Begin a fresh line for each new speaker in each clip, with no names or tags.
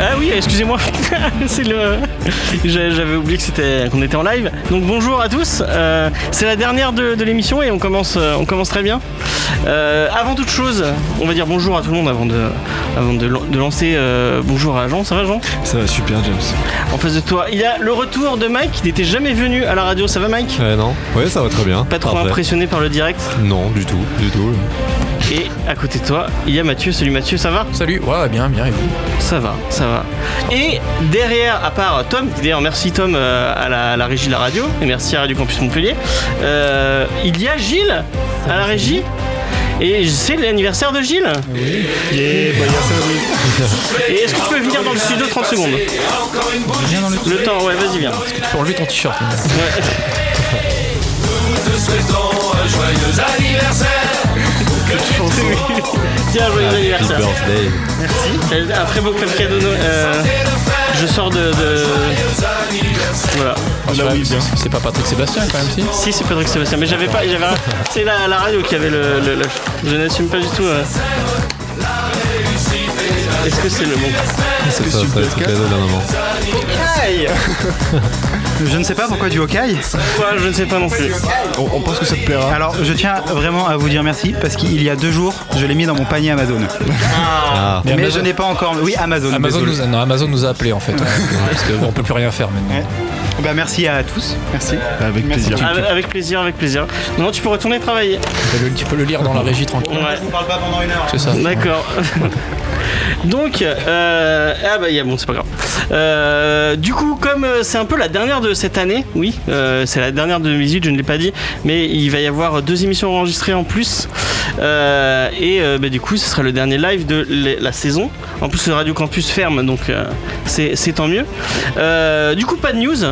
Ah oui, excusez-moi, c'est le. J'a- J'avais oublié que c'était qu'on était en live. Donc bonjour à tous. Euh, c'est la dernière de, de l'émission et on commence, euh, on commence très bien. Euh, avant toute chose, on va dire bonjour à tout le monde avant de, avant de, lan- de lancer. euh, bonjour à Jean, ça va Jean
Ça va super, James.
En face de toi, il y a le retour de Mike. Il n'était jamais venu à la radio. Ça va Mike
Ouais, non Ouais, ça va très bien.
Pas trop
Parfait.
impressionné par le direct.
Non, du tout, du tout.
Et à côté de toi, il y a Mathieu. Salut Mathieu, ça va
Salut, ouais, bien, bien, et vous
Ça va, ça va. Et derrière, à part Tom, d'ailleurs merci Tom euh, à, la, à la régie de la radio, et merci à Radio Campus Montpellier, euh, il y a Gilles à la régie. Et c'est l'anniversaire de Gilles. bah, Et est-ce que tu peux venir dans le studio 30 secondes
Viens dans le
Le temps, ouais, vas-y, viens.
Tu peux enlever ton t-shirt.
Ah, Tiens, joyeux
Happy
anniversaire.
birthday.
Merci. T'as Un très beau club cadeau. euh, je sors de, de- Voilà.
Là, oui, bien. Ah, C'est pas Patrick Sébastien, quand même, si
Si, c'est Patrick Sébastien, mais j'avais pas. j'avais un- C'est la, la radio qui avait le. le- le- je n'assume pas du tout. euh. Est-ce que c'est le bon
Ça, ça va être cadeau d'un moment.
Aïe
Je ne sais pas pourquoi du Hawkeye.
Quoi, je ne sais pas non plus.
On pense que ça te plaira.
Alors, je tiens vraiment à vous dire merci parce qu'il y a deux jours, je l'ai mis dans mon panier Amazon.
Ah,
Mais
Amazon-
je n'ai pas encore. Oui, Amazon.
Amazon
désolé.
nous, a, non, Amazon nous a appelés, en fait. parce qu'on peut plus rien faire maintenant.
Ouais. Bah, merci à tous. Merci.
Avec
Merci.
plaisir.
Avec avec plaisir, avec plaisir. Non, tu peux retourner travailler.
Tu peux le- Tu peux le lire dans la régie tranquille.
Ouais.
vous parle pas pendant une heure.
C'est ça.
D'accord. Donc, euh, ah bah, il y a- bon, c'est pas grave. Euh, du coup, comme euh, c'est un peu la dernière de cette année, oui, euh, c'est la dernière de 2018, je ne l'ai pas dit, mais il va y avoir deux émissions enregistrées en plus. Euh, et euh, bah, du coup, ce sera le dernier live de la- la saison. En plus, le Radio Campus ferme, donc euh, c'est c'est tant mieux. Euh, du coup, pas de news.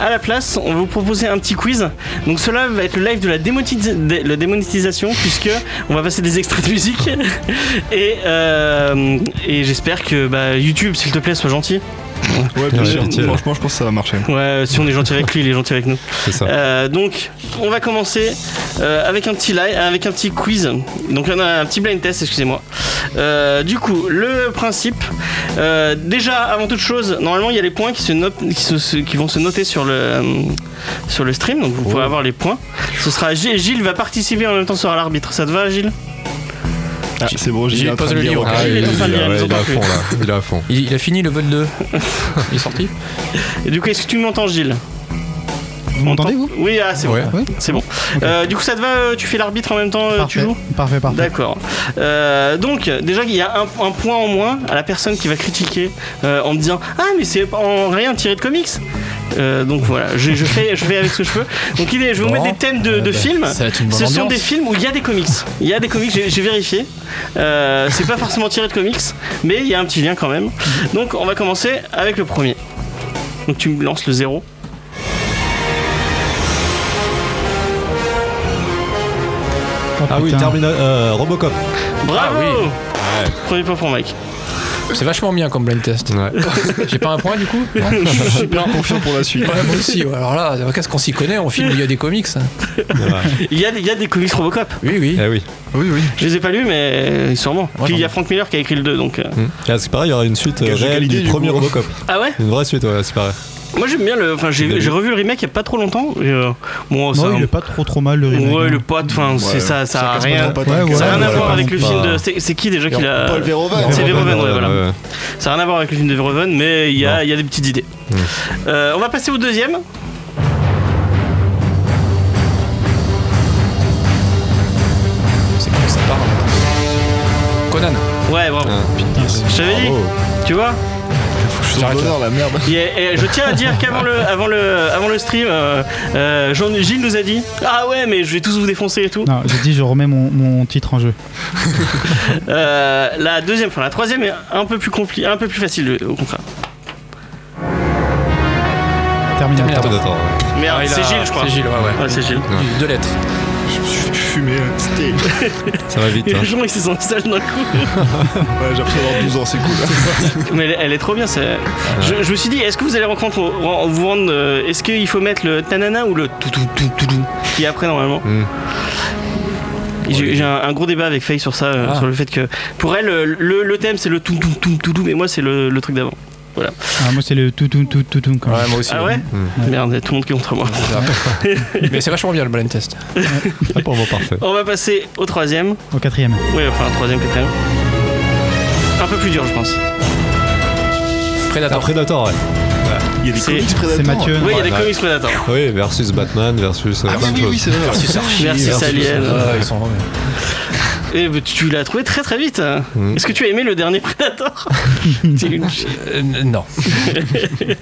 À la place, on va vous proposer un petit quiz. Donc, cela va être le live de la, démonétisa- dé- la démonétisation, puisque on va passer des extraits de musique. et euh, et j'espère que bah, YouTube, s'il te plaît, soit gentil.
Ouais, bien
Ouais,
sûr.
gentil, ouais.
Franchement, je pense que ça va marcher.
Ouais, si on est gentil avec lui, il est gentil avec nous.
c'est ça.
Euh, donc, on va commencer euh, avec un petit live, avec un petit quiz. Donc, on a un petit blind test, excusez-moi. Euh, du coup, le principe. euh, déjà, avant toute chose, normalement, il y a les points qui se, no- qui se- se- qui vont se noter sur le euh, sur le stream. Donc, vous pourrez avoir les points. Ce sera Gilles, Gilles va participer en même temps sera l'arbitre. Ça te va, Gilles
Ah, c'est bon,
j'ai
j'ai
pas le livre.
Ah, il,
est en train de
il-
lire,
ouais,
ils ont
il est
pas
à
cru.
fond là, il est à fond.
Il, il a fini le vol 2. Il est sorti
Et du coup, est-ce que tu m'entends, Gilles
Vous m'entendez vous
Oui, ah, c'est bon.
Ouais.
Oui
C'est bon. Euh, du coup, ça te va euh, Tu fais l'arbitre en même temps euh, Tu
Parfait,
joues
Parfait, parfait.
D'accord. Euh, donc, déjà, il y a un, un point en moins à la personne qui va critiquer euh, en me disant Ah, mais c'est en rien tiré de comics. Euh, donc voilà, je, je fais, je fais avec ce que je peux. Donc, il est, je vais vous
Bon.
mettre des thèmes de, de
Euh, bah,
films.
ça va être une bonne
Ce sont
ambiance.
des films où il y a des comics. Il y a des comics, j'ai j'ai vérifié. Euh, c'est pas forcément tiré de comics, mais il y a un petit lien quand
Mhm.
même. Donc, on va commencer avec le premier. Donc, tu me lances le zéro.
Oh,
Ah oui,
putain.
Termina- euh, Robocop.
Bravo
oui.
Premier point pour Mike.
C'est vachement bien comme blind test.
Ouais.
J'ai pas un point, du coup Non
Non.
Confiant pour la suite.
Ouais, moi aussi. ouais. Alors là, qu'est-ce qu'on s'y connaît On filme où il y a des comics.
Il y, a, il y a des comics Robocop.
Oui, oui.
Eh oui.
Oui, oui.
Je les ai pas lus, mais euh, sûrement.
Ouais,
Puis il y
non.
a Frank Miller qui a écrit le 2, donc. euh.
Hmm. Ah, c'est pareil, il y aura une suite euh,
Gage de
réelle
qualité,
du
du
premier
coup.
Robocop.
Ah ouais
Une vraie suite, ouais, c'est pareil.
Moi j'aime bien le. Enfin, j'ai
David.
j'ai revu le remake il y a pas trop longtemps. et, euh, bon, ça.
Non, il est pas trop trop mal le remake.
Ouais,
hein.
le pote, enfin, c'est ça, ça a
casse pas
Ah, rien.
trop, pas
Ouais,
tant que
Ça
ouais.
a rien à
Ouais,
voir
ouais,
avec le
pas-
film de. C'est c'est qui déjà qui l'a.
Paul Verhoeven.
C'est Verhoeven, ouais,
Ouais,
voilà.
euh, ouais.
Ça n'a rien à voir avec le film de Verhoeven, mais il y a, il y a des petites idées.
Hmm.
Euh, on va passer au deuxième.
C'est quoi ça parle Conan.
Ouais, bravo.
Ah,
Je t'avais dit,
bravo.
tu vois.
Je suis
J'arrête
bonheur, la merde.
Et, et je tiens à dire qu'avant le, avant le, avant le stream, euh, euh, Jean- Gilles nous a dit Ah ouais, mais je vais tous vous défoncer et tout.
Non, j'ai dit, je remets mon, mon titre en jeu.
Euh, la deuxième, enfin la troisième est un peu plus compliquée, un peu plus facile euh, au contraire.
Terminator.
Terminator.
Merde,
Ah, il
c'est
a-
Gilles, je crois.
Ah, C'est Gilles, ouais, ouais.
Ouais, c'est Gilles.
Deux lettres.
Je suis- je suis fumée. là.
C'était-
Ça va vite.
Et
hein.
les gens ils se sentent seuls d'un coup.
Ouais, j'ai l'impression d'avoir 12 ans, c'est
Ah
cool.
Mais elle, elle est trop bien. c'est- Je, je me suis dit, est-ce que vous allez rencontrer, ren- vous rendre, euh, est-ce qu'il faut mettre le tanana ou le tout tout tout tout tout qui est après normalement
Hmm.
Et J'ai j'ai un, un gros débat avec Faye sur ça, euh,
Ah.
sur le fait que pour elle, euh, le, le thème c'est le tout tout tout tout tout, mais moi c'est le, le truc d'avant.
Ah, moi, c'est le tout, tout, tout, tout, tout. quand même.
Ouais, moi aussi.
Ah ouais
Hmm.
Ouais.
Merde, il y a tout le monde qui est contre moi.
Mais c'est vachement bien le blind test.
Ah, pour moi, parfait.
On va passer au troisième.
Au quatrième.
Oui, enfin, troisième, quatrième. Un peu plus dur, je pense.
Predator.
Predator, ouais.
Il y a des
C'est-
comics Predator.
C'est Mathieu.
Oui, il y a des
Ouais.
comics Predator.
Oui, versus Batman, versus euh,
Ah
plein de
oui, oui, oui,
choses.
c'est vrai.
Merci,
Merci,
Saliel.
Ah, ils sont vraiment bien.
Eh ben, tu l'as trouvé très très vite.
Mm.
Est-ce que tu as aimé le dernier Predator C'est une-
Euh, non.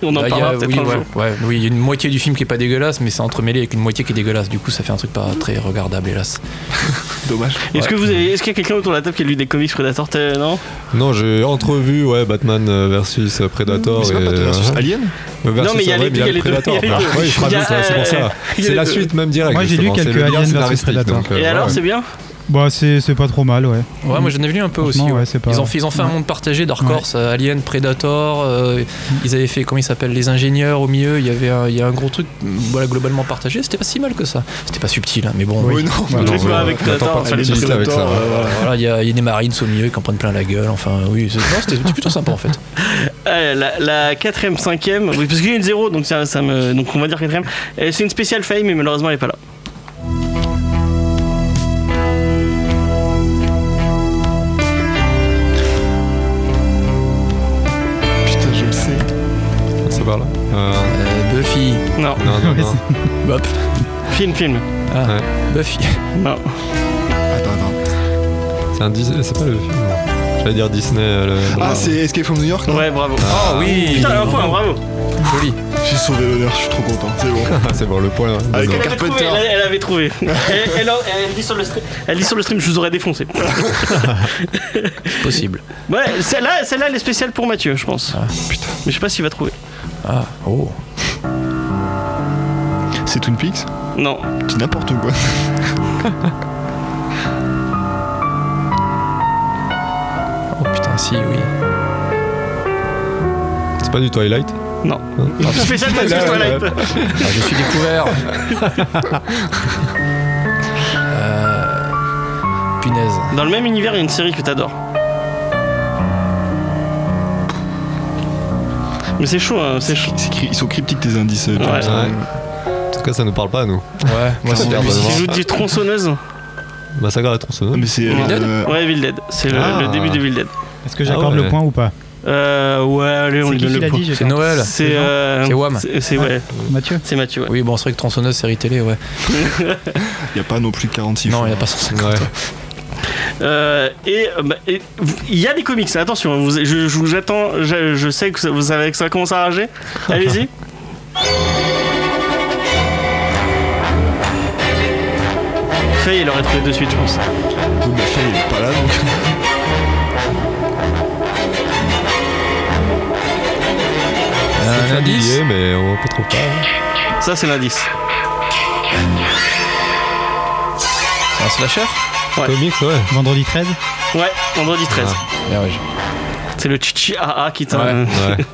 On en
Bah, il y a-
parlera peut-être
oui,
un
ouais,
jour.
ouais, oui, il y a une moitié du film qui est pas dégueulasse, mais c'est entremêlé avec une moitié qui est dégueulasse. Du coup, ça fait un truc pas très regardable, hélas.
Dommage.
Est-ce que vous avez- est-ce qu'il y a quelqu'un autour de la table qui a lu des comics Predator T'es- Non
Non, j'ai entrevu ouais, Batman euh, versus euh, Predator.
Mais c'est
et,
pas Batman versus
euh,
Alien
versus-
Non, mais il y a
ouais,
les deux, il
mais
y a
le
les deux,
Predator.
il y a les
Ah,
deux.
oui, je
Il y a,
rajoute, ouais, c'est pour
euh,
ça.
il y a
C'est
les
la
deux.
suite, même direct.
Moi, j'ai lu
justement. C'est
quelques
le lien
Alien versus
scénaristique,
Predator.
donc, euh,
Et alors,
ouais.
c'est bien
Bah, c'est c'est pas trop mal, ouais.
Ouais, moi j'en ai vu un peu aussi.
Franchement, ouais, c'est pas-
Ils, ont, fait- ils ont fait un monde partagé, Dark Horse, euh, Alien, Predator. euh, ils avaient fait, comment ils s'appellent, les ingénieurs au milieu. Il y avait un, il y a un gros truc mm, voilà, globalement partagé. C'était pas si mal que ça. C'était pas subtil, hein, mais bon.
Oui, non.
Je
Attends,
vais pas
euh,
avec
attends,
Predator.
pas
fallait-
subtil. avec ça.
euh, voilà.
Voilà, il y, a, il y a des marines au milieu qui en prennent plein la gueule. Enfin, oui, c'est- non, c'était c'était plutôt sympa en fait.
Euh, La la quatrième, cinquième, oui, parce qu'il y a une zéro, donc ça, ça me, donc on va dire quatrième. Euh, C'est une spéciale faille, mais malheureusement elle est pas là.
Ah, Putain, je le sais.
C'est par là. Euh,
Euh, Buffy.
Non,
Non, non, non.
Hop.
film, film.
Ah,
Ouais.
Buffy.
Non,
Attends, attends.
C'est un Dis- C'est pas le film. non. J'allais dire Disney. euh, le-
Ah, c'est Escape from New York non
ouais, bravo. Oh,
Ah oui
Putain, un point, bravo.
Joli.
J'ai sauvé l'honneur, je suis trop content. C'est bon.
C'est bon, le point. hein,
Ah,
Avec
désolé.
Elle avait
Carpenter.
trouvé, elle, elle avait trouvé. elle, elle- elle dit sur le stream, elle dit sur le stream, je vous aurais défoncé.
Possible.
Ouais, celle-là, celle-là, elle est spéciale pour Mathieu, je pense.
Ah,
putain.
Mais je sais pas s'il va trouver.
Ah, oh.
C'est Twin Peaks
Non.
C'est n'importe quoi.
Oh putain, si, oui.
C'est pas du Twilight
Non.
Hein
Spéciale parce que Twilight.
Ah, je suis découvert. Euh, Punaise.
Dans le même univers, il y a une série que t'adores. Mais c'est chaud, hein, c'est chaud.
C'est cri- Ils sont cryptiques tes indices. euh,
Ouais.
James.
Ouais. En tout cas, ça nous parle pas à nous.
Ouais, moi c'est
Putain,
la
bah,
musique.
Si je vous dis tronçonneuse,
Massacre à Bah, la
Non,
tronçonneuse.
mais c'est.
Evil
Dead
euh,
ouais, Evil Dead. C'est le,
Ah.
le début de Evil Dead.
Est-ce que
Ah
j'accorde
ouais.
le point ou pas
Euh, ouais, allez, on
C'est
lui
qui
donne
qui
le
l'a
point.
dit j'ai
C'est
pas-
Noël.
C'est euh,
C'est Wham.
C'est c'est- ouais,
Mathieu
c'est Mathieu. ouais.
Oui, bon, c'est vrai que tronçonneuse, série télé, ouais.
Il n'y a pas non plus 46
Non, il n'y
fois.
a pas 150.
Ouais.
Euh, et euh, bah, et vous- il y a des comics, hein, attention, vous- je- je vous j'attends, je, je sais que ça- vous savez que ça commence à rager. Allez-y. Faye, il aurait trouvé de suite, je pense.
Oui, mais Faye, elle est pas là donc.
Un indice
Oublié, mais on ne trouve pas.
Ça, c'est l'indice.
Un slasher
Ouais.
Comics, ouais.
Vendredi 13
Ouais, vendredi 13.
Bien, ouais, j'ai-
C'est le Chichi AA qui t'a.
Ouais.
Ouais.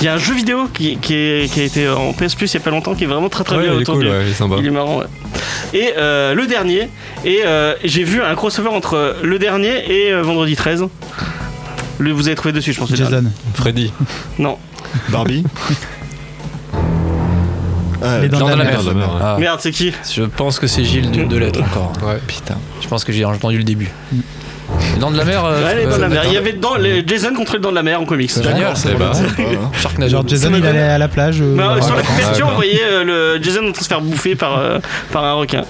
Il y a un jeu vidéo qui, qui, est- qui a été en PS Plus il y a pas longtemps qui est vraiment très très
Ouais,
bien
il est
autour
cool,
du-
ouais, il est sympa.
Il est marrant, ouais. Et euh, le dernier, et euh, j'ai vu un crossover entre euh, le dernier et euh, vendredi 13. Le, vous avez trouvé dessus, je pense. le dernier.
Jason.
Freddy.
Non.
Barbie Ah,
Les dents
Genre
de la mer.
Dents de la mer, ouais.
Ah,
Merde, c'est qui
Je pense que c'est Gilles de, de l'être encore. Ah,
Ouais.
Putain. Je pense que j'ai entendu le début. Les dents de la mer. euh,
Mm. Ouais, les
euh,
dents de la mer. Il y avait dedans, les Jason contre les dents de la mer en comics.
C'est génial,
Eh
c'est
bah.
Sharknado.
Genre Jason, il allait à la plage. euh,
Bah,
voilà.
sur la
ouais,
couverture,
ouais.
on voyait euh, le Jason en train de se faire bouffer par, euh, par un requin.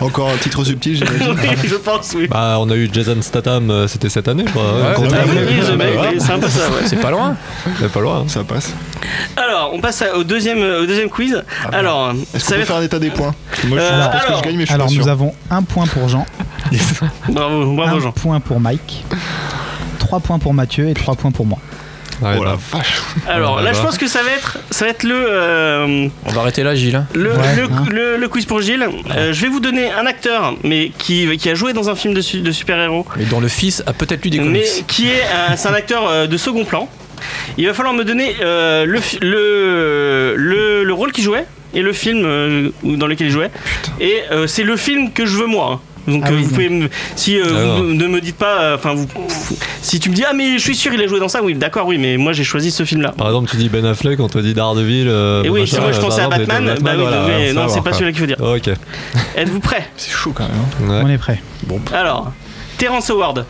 Encore un titre subtil,
oui,
j'imagine.
je pense, oui.
Bah, on a eu Jason Statham, euh, c'était cette année, je crois.
Ouais,
Contre-
Ah oui,
ouais,
oui,
ouais,
The Meg,
ouais.
c'est un peu ça, ouais.
C'est pas loin.
C'est pas loin. hein.
Ça passe.
Alors, on passe à- au deuxième, euh, au deuxième quiz. Alors,
Ah Est-ce qu'on
ça
peut
va être.
faire un état des points Moi, je
Euh,
pense que
alors-
je gagne, mais je suis pas
Alors, nous
sûr.
avons un point pour Jean,
Bravo, bravo,
un
Jean.
Ah.
point pour Mike, trois points pour Mathieu et trois points pour moi.
Ah,
Oh la
non.
vache.
Alors
Ah,
là, je
bah.
pense que ça va être, ça va être le, euh,
On va arrêter là, Gilles. hein.
le,
Ouais,
le,
Ah.
hein.
le- le quiz pour Gilles. Euh, je vais vous donner un acteur, mais qui, qui a joué dans un film de, su- de super-héros,
Et dont le fils a peut-être lu des
mais
comics.
qui est, un- c'est un acteur euh, de second plan. Il va falloir me donner euh, le, fi- le, le, le rôle qu'il jouait et le film euh, où- dans lequel il jouait. Et euh, c'est le film que je veux moi. hein. Donc euh,
Ah oui,
vous
donc.
pouvez me- si euh,
Ah
vous ne me dites pas, euh, enfin vous, si tu me dis ah mais je suis sûr il a joué dans ça, oui d'accord oui mais moi j'ai choisi ce film là.
Par exemple, tu dis Ben Affleck, on te dit Daredevil. euh,
Et oui,
machin,
c'est vrai, je
euh,
pensais à
par exemple,
Batman.
les deux
bah oui,
voilà,
mais
faut
non,
savoir,
c'est pas
quoi.
celui-là qu'il faut dire.
Ok.
Êtes-vous prêts
C'est chaud quand même. hein.
Ouais.
On est prêt.
Alors, Terrence Howard.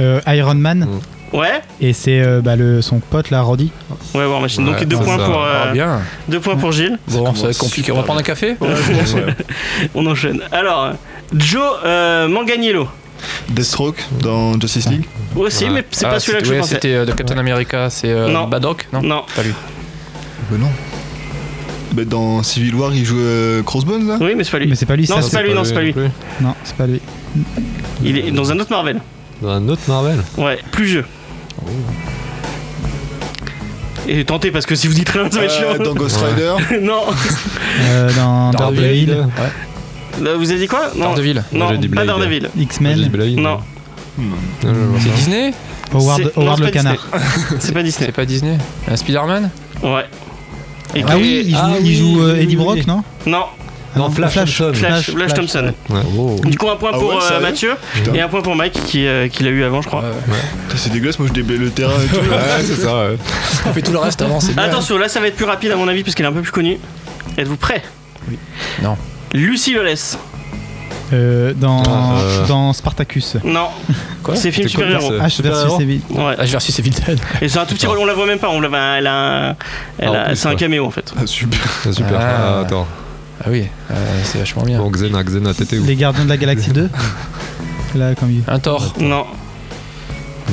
Euh, Iron Man,
Mm.
Ouais,
et c'est euh, bah, le, son pote là, Roddy.
ouais, War Machine. Donc
Ouais,
deux
c'est
points,
ça.
pour, euh,
Ah, bien.
deux points pour Gilles.
Bon, ça va être
commence
compliqué. On va
super
prendre un café
On enchaîne. Alors, Joe euh, Manganiello.
Deathstroke dans Justice
Ah.
League.
Aussi,
Ouais.
mais c'est
Ah,
pas celui-là que je
ouais,
pensais.
C'était euh, de Captain America, c'est euh,
Non.
Badok Non.
Non.
Pas lui.
Euh,
Mais non. Bah, dans Civil War, il joue euh, Crossbones là
Oui, mais c'est pas lui.
Mais c'est pas lui,
Non,
ça.
c'est pas lui, non, c'est pas lui.
plus.
c'est- Non, c'est pas lui.
Il est dans un autre Marvel.
Dans un autre Marvel.
Ouais, plus vieux. Et tentez, parce que si vous dites rien, ça va être
Euh,
chiant.
Dans Ghost
Ouais.
Rider.
non.
Euh, dans Daredevil,
Ouais.
Là, Bah, Vous avez dit quoi Non,
Daredevil.
non
Moi, j'ai dit
pas
Blade.
Daredevil.
J'ai dit
X-Men,
Blade.
Non,
C'est Disney
Howard,
C'est- non,
Howard
c'est
le
pas Disney.
canard.
c'est pas Disney.
C'est pas Disney Un Spider-Man
Ouais. Et
Ah
que-
oui, il joue,
Ah
il
oui,
joue, euh,
oui,
Eddie
oui,
Brock,
oui.
non
Non,
Ah
Non, Flash Thompson.
Flash, Flash,
Flash
Thompson.
Ouais. Oh.
Du coup, un point
Ah
pour
ouais,
euh,
sérieux
Mathieu
Putain.
et un point pour Mike qui, euh, qui l'a eu avant, je crois.
Putain, C'est dégueulasse, moi je déblaye le terrain et tout.
Ouais, c'est ça, ouais.
On fait tout le reste avant, c'est bien.
Ah, Attention, là ça va être plus rapide à mon avis puisqu'il est un peu plus connu. Êtes-vous prêts Oui.
Non.
Lucie Lolès.
Euh, dans,
Ah, euh.
dans Spartacus. Ah,
Non.
Quoi
C'est film
C'est quoi,
super-héros.
Euh,
H versus
super-héros
Evil.
Ouais.
Ah, je vais c'est Vilton.
Et c'est un tout petit rôle, on la voit même pas. On la, ben, elle a, un- elle
en
a-
plus,
c'est un
ouais.
caméo en fait.
Ah, super.
Ah, Super.
Ah.
Ah, attends.
Ah oui, euh, c'est vachement bien.
Bon, Xena, Xena, t'étais où
Les Gardiens de la Galaxie 2 Là, comme il...
Un Thor.
Non.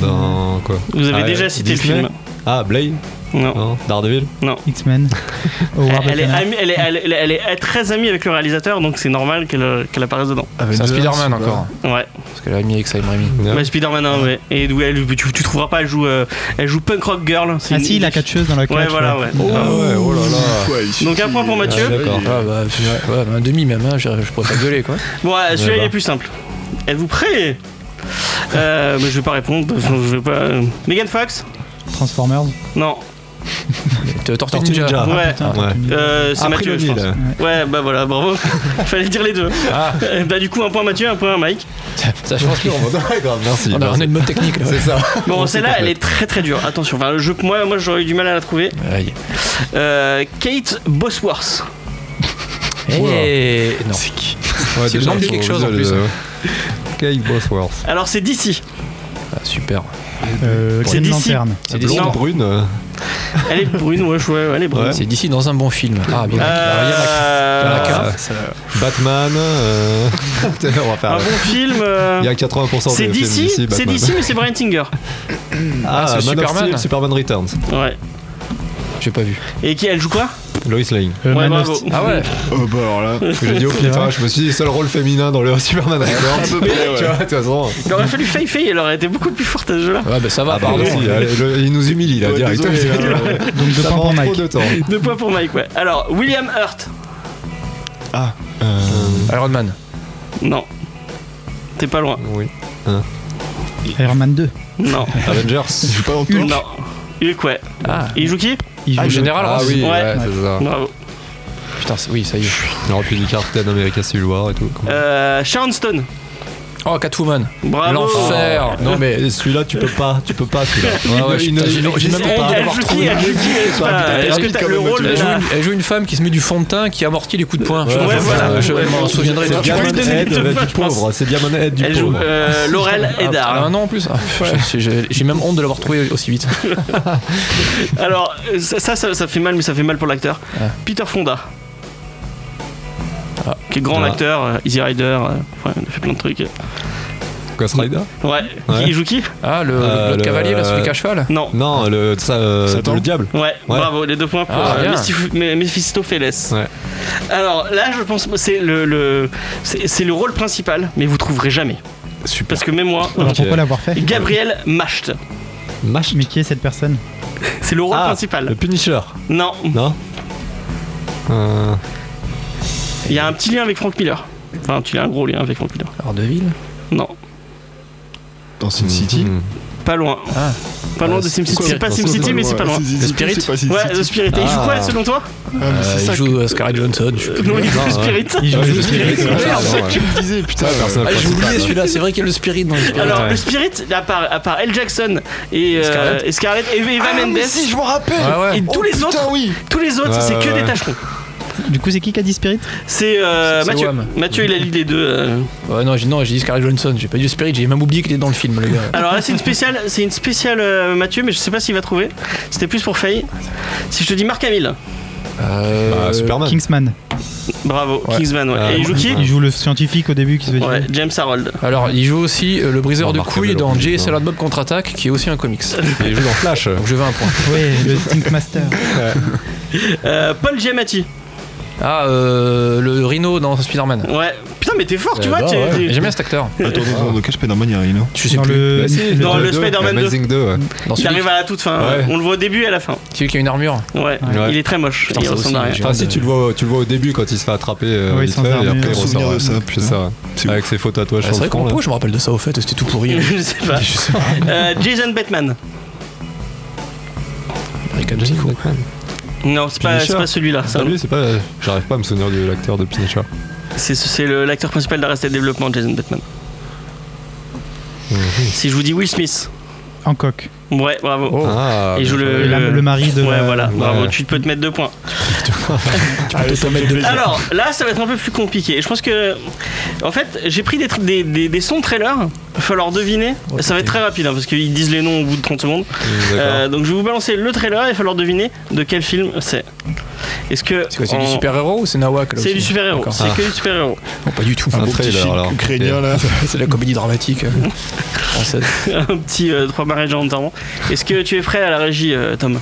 Dans quoi
Vous avez
Ah,
déjà
euh,
cité
Disney
le film.
Ah, Blade
Non.
Non. Daredevil
X-Men. Howard
Elle,
le
est
canard.
amie- elle, est, elle, elle- elle est très amie avec le réalisateur, donc c'est normal qu'elle euh, qu'elle apparaisse dedans.
C'est un
Avengers,
Spider-Man
ou pas
encore.
Ouais.
Parce qu'elle a mis avec Sam Raimi.
Ah Ouais.
Bah, Spider-Man, hein, ouais. Et ouais, elle- tu, tu trouveras pas, elle joue, euh, elle joue punk rock girl. C'est
Ah
une-
si, la catcheuse dans la catch.
Ouais, voilà, ouais.
Ah ouais, oh là là.
Ouais, il euh,
Donc, un point pour Mathieu.
Ah, d'accord.
Ah bah, ouais, ouais, bah, un demi même, hein, je, je pourrais pas gueuler quoi.
Bon, euh, celui-là il
bah.
est plus simple. Êtes-vous prêt euh, mais je vais pas répondre, je vais pas. euh, Megan Fox
Transformers.
Non.
T- euh, Tortue
Tortue
Ninja.
Ninja.
ouais.
Putain,
Ouais.
Euh, c'est
Après
Mathieu,
le
je
nid,
pense.
Ah, là.
Ouais, bah voilà, bravo. Fallait dire les deux.
Ah,
Euh, bah du coup, un point à Mathieu, un point à Mike.
ça je pense qu'on Bah,
Grave, merci.
on a, on a
merci.
une bonne technique là.
C'est ça.
Bon, celle-là,
parfait.
elle est très très dure. Attention, enfin, je, moi, moi j'aurais eu du mal à la trouver.
Aïe.
Euh, Kate Bosworth.
Eh, non.
Ouais,
C'est le
déjà,
nom de
faut-
quelque chose, en
déjà,
plus.
le- Kate Bosworth.
Alors, c'est d'ici.
Ah, super.
Euh,
C'est
Green
DC.
Lantern.
C'est
Non.
d'ici.
Blonde, brune. euh,
Elle est brune, ouais, je- ouais, elle est brune.
C'est d'ici dans un bon film. Ah bien.
Euh,
Il y en a qu'un.
euh, Batman. euh, On va
un
faire.
bon film. euh,
Il y a 80%
C'est
de films
d'ici,
d'ici,
c'est
Batman.
d'ici, mais c'est Brian Singer.
Ah,
Ah, c'est
Man of
Superman.
Steel, Superman Returns.
Ouais.
J'ai pas vu.
Et qui elle joue quoi
Lois Lane.
Euh,
Ouais,
Man of
bravo.
Steel.
Ah ouais.
Oh bah alors là.
J'ai dit au pif,
vrai.
hein, je me suis dit, seul rôle féminin dans le Superman Returns. Tu vois, de toute façon.
Il aurait fallu Fei Fei, elle aurait été beaucoup plus forte à ce jeu-là.
Ouais bah ça va.
Ah, pardon,
Ah, pardon.
si, allez, le- il nous humilie là,
Ouais,
direct.
désolé, hein.
euh,
Donc deux
Ça
points
prend
Oh,
pour Mike.
trop de temps.
Deux points pour Mike, ouais. Alors, William Hurt.
Ah. Euh,
Iron Man.
Non. T'es pas loin.
Oui.
Iron Man 2.
Non.
Avengers.
il joue pas dans Hulk
non. Hulk, ouais.
Ah.
Il joue qui
Il joue
Ah,
le-
général
Ah
Ross.
oui,
Ouais.
ouais, c'est ça.
Bravo.
Putain, c'est- oui, ça y est.
On aurait pu du Captain America Civil War et tout. comment-
Euh, Sharon Stone.
Oh, Catwoman.
Bravo.
L'enfer.
Non mais celui-là tu peux pas, tu peux pas celui-là.
Ouais, ouais,
Il
putain,
ne-
j'ai-
il ne-
j'ai
il ne
même
Elle,
peut
pas
elle
avoir
joue qui
trouvé.
Elle joue qui Je sais pas.
putain, t'es
Est-ce que
rapide
t'as
quand
le
même,
rôle
Mathieu.
Elle joue,
là
une, elle joue une femme qui se met du fond de teint qui amortit les coups de poing.
Ouais,
Je-
ouais,
je-
voilà.
je
Ouais,
m'en
ouais,
souviendrai.
c'est
de-
bien.
Ah,
peux lui
Diamond
donner
Head
deux
euh,
points,
du
je pense.
pauvre, c'est Diamond Head du
Elle joue
pauvre.
euh, Laurel
elle a
Eddard.
un an en plus. Ah, je- je- J'ai même honte de l'avoir trouvé aussi vite.
Alors, euh, ça, ça, ça- ça fait mal, mais ça fait mal pour l'acteur.
Ah.
Peter Fonda. Qui est grand
Ah.
acteur, euh, Easy Rider, euh, ouais, il a fait plein de trucs.
Ghost Rider
Ouais.
Ouais.
Il joue qui
Ah, le,
Euh,
le,
le-
cavalier, là, celui qui a cheval
Non.
Non, le ça, euh,
Satan.
le diable.
Ouais, bravo, les deux points pour
Ah,
euh,
bien.
Mestif- Me- Mephistopheles.
Ouais.
Alors là, je pense que c'est le, le- c'est c'est le rôle principal, mais vous trouverez jamais.
Super.
Parce que même moi,
Alors
Ok.
pourquoi l'avoir fait
Gabriel Macht.
Mash
Mais qui est cette personne
C'est le rôle
Ah,
principal.
Le Punisher.
Non,
Non Euh,
il y a un petit lien avec Frank Miller. Enfin, tu as un gros lien avec Frank Miller.
Alors, de ville
Non,
Dans Sin City.
hmm.
pas loin.
Ah.
Pas loin
Ah,
de
c'est-
SimCity.
c'est
C'est pas SimCity, mais c'est pas loin.
Sin
Le
City,
Spirit
c'est pas Sin
Ouais, euh,
City.
The Spirit. Et il joue
Ah.
quoi selon toi
Ah, mais c'est
Il
ça que-
joue euh, Scarlett Johnson. je sais plus.
Non, il joue
non,
le Spirit.
Il joue
Ouais,
juste
le Spirit. ouais,
les-
ouais,
Merde, c'est
ouais.
ça que tu me disais, putain.
Ah, personne
Ah, j'ai
principal,
oublié
ouais.
celui-là, c'est vrai qu'il y a le spirit dans le spirit.
Alors,
Ouais.
le Spirit, à part, à part L. Jackson et euh,
Scarlett.
et Scarlett et Eva
Ah, mais
Mendes,
si, je m'en rappelle.
Ah ouais.
et tous
Oh,
les
putain,
autres,
oui.
tous les autres,
Ouais,
c'est que
ouais,
des
ouais.
tâcherons.
Du coup, c'est qui qui a dit Spirit
C'est euh,
C'est
Mathieu.
Wham.
Mathieu, il a lu les deux. euh.
Ouais, non, j'ai non, j'ai dit Scarlett Johnson, j'ai pas dit le spirit, j'ai même oublié qu'il est dans le film, le gars.
Alors là, c'est une spéciale, c'est une spéciale euh, Mathieu, mais je sais pas s'il va trouver. C'était plus pour Faye. Si je te dis Marc Hamill,
Euh,
Bah, Superman.
Kingsman.
bravo,
Ouais.
Kingsman. ouais.
Ah,
Et il joue qui
Il joue le scientifique au début qui se fait
Ouais,
dire.
James Harold.
Alors, il joue aussi euh, le briseur
Non,
de
Mark
couilles
Hamill,
dans
oui,
Jay et
non.
Silent Bob contre-attaque, qui est aussi un comics. Donc,
Il joue dans Flash.
je veux un point.
Ouais, le Think Master.
Euh, Paul Giamatti.
Ah, euh, le Rhino dans Spider-Man.
Ouais. Putain, mais t'es fort, tu
Eh
vois.
ben,
t'es-
ouais.
t'es-
J'aime bien cet acteur.
ah.
Attends, attends, dans quel Spider-Man il y a Rhino
Je sais
Euh, Dans
plus.
le.
Bah, si,
dans le
deux.
Spider-Man
Amazing 2, ouais.
Dans
Il
celui,
arrive à la toute fin. hein.
Ouais.
On le voit au début et à la fin.
celui qui a une armure.
Ouais.
Ouais.
Il est très moche.
Putain,
il
ça
ressemble
aussi,
à rien.
j'ai-
Enfin, si tu le vois, tu le vois au début quand il se fait attraper, euh,
Oui,
vite
sans
fait, et
armure.
après il
Aucun souvenir
ressort.
de ça,
ouais.
putain.
C'est ça.
C'est
Avec ses faux tatouages.
Ah,
sur
c'est
le
vrai qu'on
front, là.
pourquoi je me rappelle de ça au fait, c'était tout pourri.
je sais pas. Euh, Jason Batman.
Rick and Jake, quoi.
Non, c'est pas,
Punisher.
c'est pas celui-là.
Ah,
ça, non.
lui, c'est pas. J'arrive pas à me souvenir de l'acteur de Punisher.
C'est c'est le- l'acteur principal d'Arrested Development, Jason Batman.
Mhm.
Si je vous dis Will Smith.
Hancock.
Ouais, bravo.
Oh.
Ah,
il joue le,
Et la-
le-
le mari de.
Ouais,
la- Ah,
voilà, bravo,
ouais.
tu peux te mettre deux points.
Tu peux peut-être en mettre deux.
Alors, là, ça va être un peu plus compliqué. Et je pense que. En fait, j'ai pris des, tr- des, des, des sons de trailer. Il va falloir deviner.
Oh,
Ouais,
ça va être
putain.
très rapide, hein, parce qu'ils disent les noms au bout de 30 secondes.
Mmh, d'accord.
Euh, donc, je vais vous balancer le trailer. Il va falloir deviner de quel film c'est. Est-ce que.
C'est quoi, c'est
en-
du super-héros ou c'est Nawak là,
C'est
aussi
du super-héros.
D'accord. Ah.
C'est que du super-héros.
Non, pas du tout.
un
beau petit
trailer
film
alors.
ukrainien là.
bah, C'est la comédie dramatique euh, française.
un petit euh, trois marées gens notamment. Est-ce que tu es prêt à la régie, euh, Tom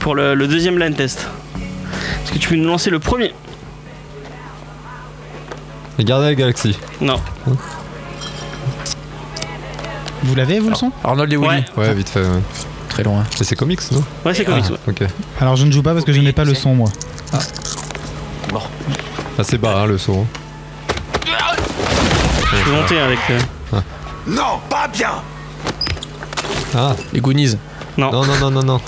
Pour le, le deuxième line test Est-ce que tu peux nous lancer le premier
Les Gardiens de la Galaxie.
Non.
Vous l'avez, vous le son
Arnold et Willy.
Ouais,
Ouais, vite fait. ouais.
Très loin.
Ah. Mais c'est comics, non
ouais c'est comics. ouais.
Ok.
Alors je ne joue pas parce que je
Oui,
n'ai pas le
c'est-
son, moi.
Assez bas, hein, le son.
Je peux monter avec. euh,
Non, pas bien
Ah,
Les Goonies.
Non.
non, non, non, non, non.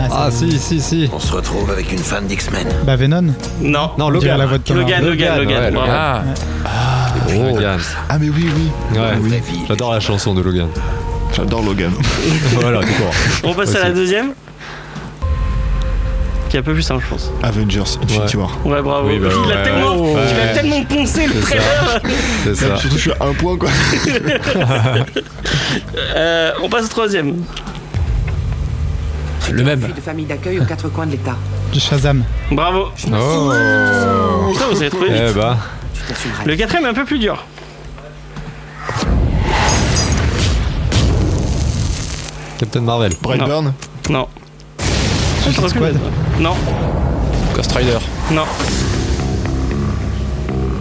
Ah,
Ah,
c'est-
si, si, si.
On se retrouve avec une fan d'X-Men.
Bah Venom.
Non.
Non,
On dirait
Logan.
la voix de Thomas.
Logan, Logan, Logan.
ouais,
bravo.
Ah,
Oh. Logan.
Ah, mais oui, oui.
Ouais,
Oui.
j'adore la chanson de Logan.
J'adore Logan.
voilà, tout court.
On passe à la
Aussi.
deuxième. Qui est un peu plus simple, je pense.
Avengers Infinity War.
Ouais, bravo.
Oui, bah,
il a
ouais.
tellement,
Ouais.
il a tellement poncé le
C'est ça.
trailer.
C'est ça.
Surtout, je suis à un point quoi.
Euh, on passe au troisième.
le même.
Fille de famille d'accueil aux quatre coins de l'État.
Shazam.
Bravo.
Oh
Putain, vous avez trouvé vite.
Eh bah,
Tu t'assumeras.
Le quatrième est un peu plus dur.
Captain Marvel.
Brightburn.
Non. Ah,
Suicide
t'aurais pu
Squad.
mettre. Non,
Ghost Rider.
non.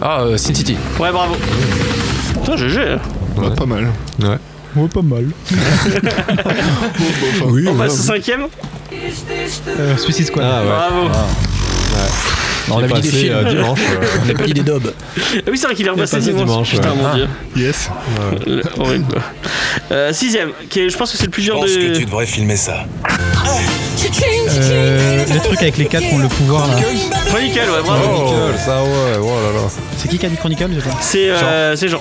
Ah, euh, Sin City.
Ouais, bravo. Putain, GG.
Bah, Pas mal.
Ouais.
Ouais, Oh, pas mal.
Oui,
On passe au cinquième.
Euh, Suicide Squad.
Ah ouais.
Bravo.
Non, on
J'ai
avait dit des
passé,
films.
euh, dimanche. euh,
On n'a pas dit des dobs.
Ah oui, c'est vrai qu'il est repassé
passé
dimanche.
dimanche,
Putain,
ouais.
mon
Ah.
dieu.
Yes.
Le- horrible. quoi. Euh, sixième, qui est- je pense que c'est le plus dur de.
devrais filmer ça.
Ah.
Euh, le truc avec les quatre qui ont le pouvoir là.
Chronicle, ouais, bravo.
Oh, nickel, ça ouais, oh là là.
C'est qui qui a dit Chronicle je sais pas.
C'est euh, c'est Jean.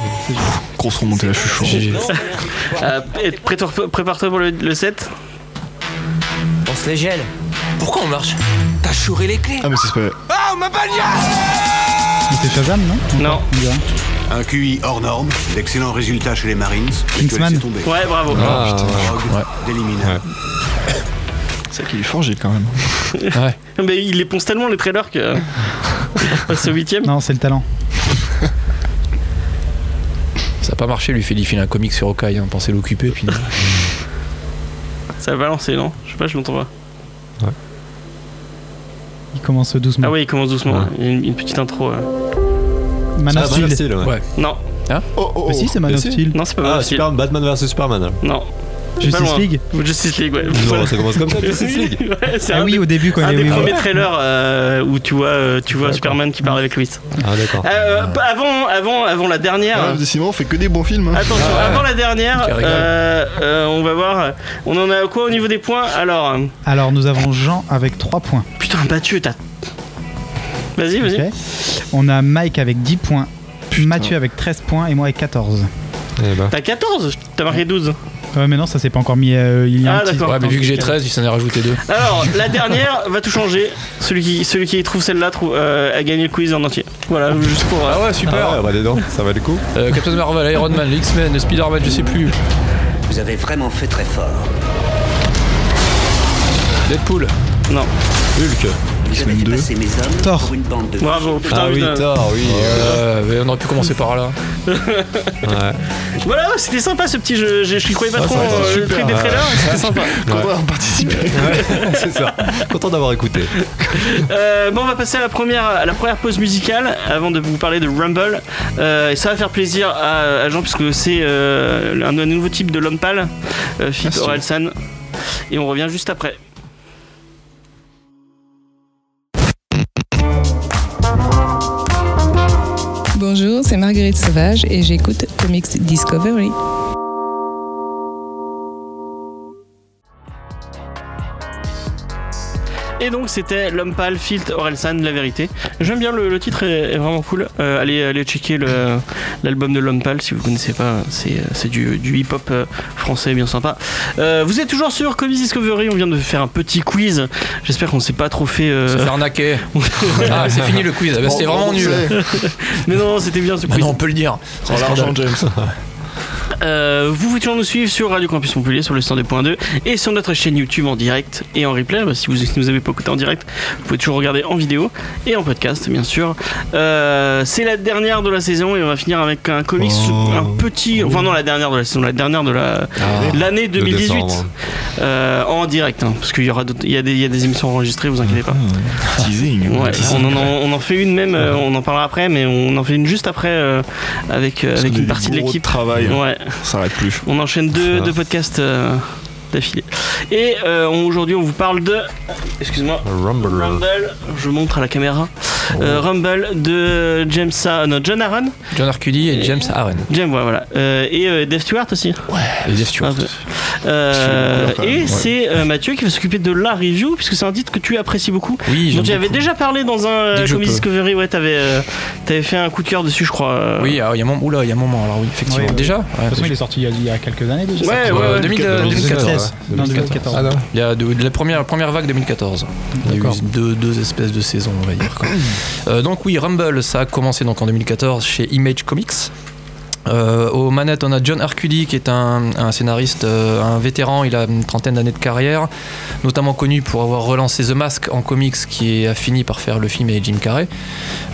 Grosse remontée là, je suis chaud.
Euh, et prépare-toi- Prépare-toi pour le, le 7.
On se les gèle.
Pourquoi on marche
T'as chouré les clés.
Ah, mais c'est pas.
Mais c'est Shazam, non
Non.
On dirait.
Un QI hors norme, d'excellents résultats chez les Marines.
Kingsman.
Kingsman. tomber.
Ouais, bravo.
Ah, ouais.
Rogue, d'éliminer.
Ouais.
C'est vrai qu'il est forgé quand même.
Mais il les ponce tellement les trailers que. euh, c'est au 8ème.
Non, c'est le talent.
Ça n'a pas marché, lui fait filer un comic sur Hawkeye, hein, pensez l'occuper. Puis...
Ça va balancer, non Je sais pas, je l'entends pas.
Il commence doucement.
Ah ouais, il commence doucement.
Ouais.
Il y a une, une petite intro. euh.
Man
Ah, Man of
of Steel.
Steel, ouais.
Ouais.
Non.
Hein
oh,
Mais si, c'est Man
Bah,
of Steel.
Non, c'est pas Man
Ah,
of Steel.
Superman- Batman vs Superman.
Non.
Justice
Pas loin.
League
Justice League, ouais.
Non, ça commence comme ça, Justice
Oui,
League.
ouais, c'est
Ah
un
oui,
des,
au début quand
un
il
des
est
premiers trailers euh, où tu vois, euh, tu vois
D'accord.
Superman qui parle avec Louis.
Ah, d'accord.
Euh, bah, avant, avant, avant la dernière. euh,
Ah, décidément, on fait que des bons films. hein.
Attention, avant la dernière,
Qui rigole.
euh, euh, on va voir. On en a quoi au niveau des points Alors, euh,
Alors nous avons Jean avec 3 points.
putain, battu, t'as. Vas-y, vas-y.
Ok. On a Mike avec 10 points. Mathieu avec 13 points et moi avec 14.
Eh ben.
T'as 14 T'as marqué 12.
Ouais, mais non, ça c'est pas encore mis. euh, il y a
Ah,
un petit-
d'accord.
Ouais, mais vu que j'ai 13, il s'en est rajouté deux.
Alors, la dernière va tout changer. Celui qui, celui qui trouve celle-là trouve, euh, a gagné le quiz en entier. Voilà, juste pour. euh,
Ah ouais, super.
Ah ouais, bah dis donc, ça va le coup.
Euh, Captain Marvel, Iron Man, les X-Men, le Spider-Man, je sais plus.
Vous avez vraiment fait très fort.
Deadpool.
euh, Non.
Hulk.
X-Men
J'avais fait
2.
passer mes hommes
Thor.
pour une bande de.
Bravo, putain,
Ah oui,
putain.
Thor, oui.
Euh, mais on aurait pu commencer par là.
Ouais.
Voilà, c'était sympa ce petit jeu. Je, je croyais pas
Ouais,
trop
ça va être
euh, le
super,
truc des
ouais.
trailers. C'était sympa.
Content d'avoir participé.
Ouais, c'est ça. Content d'avoir écouté.
Euh, bon, on va passer à la première, à la première pause musicale avant de vous parler de Rumble. Euh, et ça va faire plaisir à, à Jean puisque c'est euh, un, un nouveau type de l'homme pâle, euh, Fit
Merci.
Orelsan. Et on revient juste après.
Bonjour, c'est Marguerite Sauvage et j'écoute Comics Discovery.
Et donc c'était l'homme pâle, Fit Orelsan, la vérité. J'aime bien le, le titre, est, est vraiment cool. Euh, allez, allez checker le- l'album de l'homme pâle si vous connaissez pas. C'est euh, c'est du, du hip-hop euh, français bien sympa. Euh, vous êtes toujours sur Comics Discovery. On vient de faire un petit quiz. J'espère qu'on s'est pas trop fait. euh,
Se faire arnaquer. ah, c'est fini le quiz. Ah, bah, c'était
Bon,
vraiment
on
nul.
sait.
Mais non, c'était bien ce
Ah
quiz.
non, on peut le dire.
Oh, l'argent, James.
Euh, vous pouvez toujours nous suivre sur Radio Campus Montpellier sur le 102.2 et sur notre chaîne YouTube en direct et en replay. Bah, si vous ne nous avez pas écouté en direct, vous pouvez toujours regarder en vidéo et en podcast, bien sûr. Euh, c'est la dernière de la saison et on va finir avec un comics,
Oh.
un petit, enfin non la dernière de la saison, la dernière de la
Ah.
l'année 2018
décembre.
Euh, en direct, hein, parce qu'il y aura d'autres- il y, a des- il y a des émissions enregistrées, vous inquiétez pas.
Ah, Teasing.
Ouais,
Teasing.
on, en, on en fait une même, euh,
Ah.
on en parlera après, mais on en fait une juste après euh, avec, euh,
Parce
avec
que
une
des
partie de
gros
l'équipe.
travail.
Ouais,
Ça arrête plus.
on enchaîne deux,
Ah.
deux podcasts euh, d'affilée. Et euh, on- aujourd'hui, on vous parle de. Excuse-moi.
Rumble.
Rumble, je montre à la caméra. Euh, Rumble de James, Sa- non, John Aaron,
John Arcudi et James Aaron.
James, ouais, voilà, Euh, et euh, Dave Stewart aussi.
Et Dave Stewart.
Un
Ah,
peu. Euh,
Sur le couleur, quand même,
et
ouais.
c'est euh, Mathieu qui va s'occuper de la review, puisque c'est un titre que tu apprécies beaucoup.
Oui,
Donc
j'aime
tu avais
beaucoup.
déjà parlé dans un euh,
Dès que je
Comedy
peux.
Discovery, ouais, t'avais euh, t'avais fait un coup de cœur dessus, je crois. euh.
Oui, alors, il y a un moment. Oula, il y a un moment. Alors oui, effectivement.
Oui, oui.
Déjà.
De
Ouais.
toute façon, il est sorti il y a, il y a quelques années déjà.
Ouais,
ça.
ouais,
Euh,
ouais.
2000, euh, 2014.
2016.
ouais.
Non,
2014.
2014.
Ah non.
Il y a de, de la première, première vague 2014. Il y a eu
D'accord.
deux, deux espèces de saisons, on va dire. quoi. Euh, donc oui, Rumble, ça a commencé donc en 2014 chez Image Comics. Euh, aux manettes, on a John Arcudi qui est un, un scénariste, euh, un vétéran, il a une trentaine d'années de carrière, notamment connu pour avoir relancé The Mask en comics qui a fini par faire le film et Jim Carrey,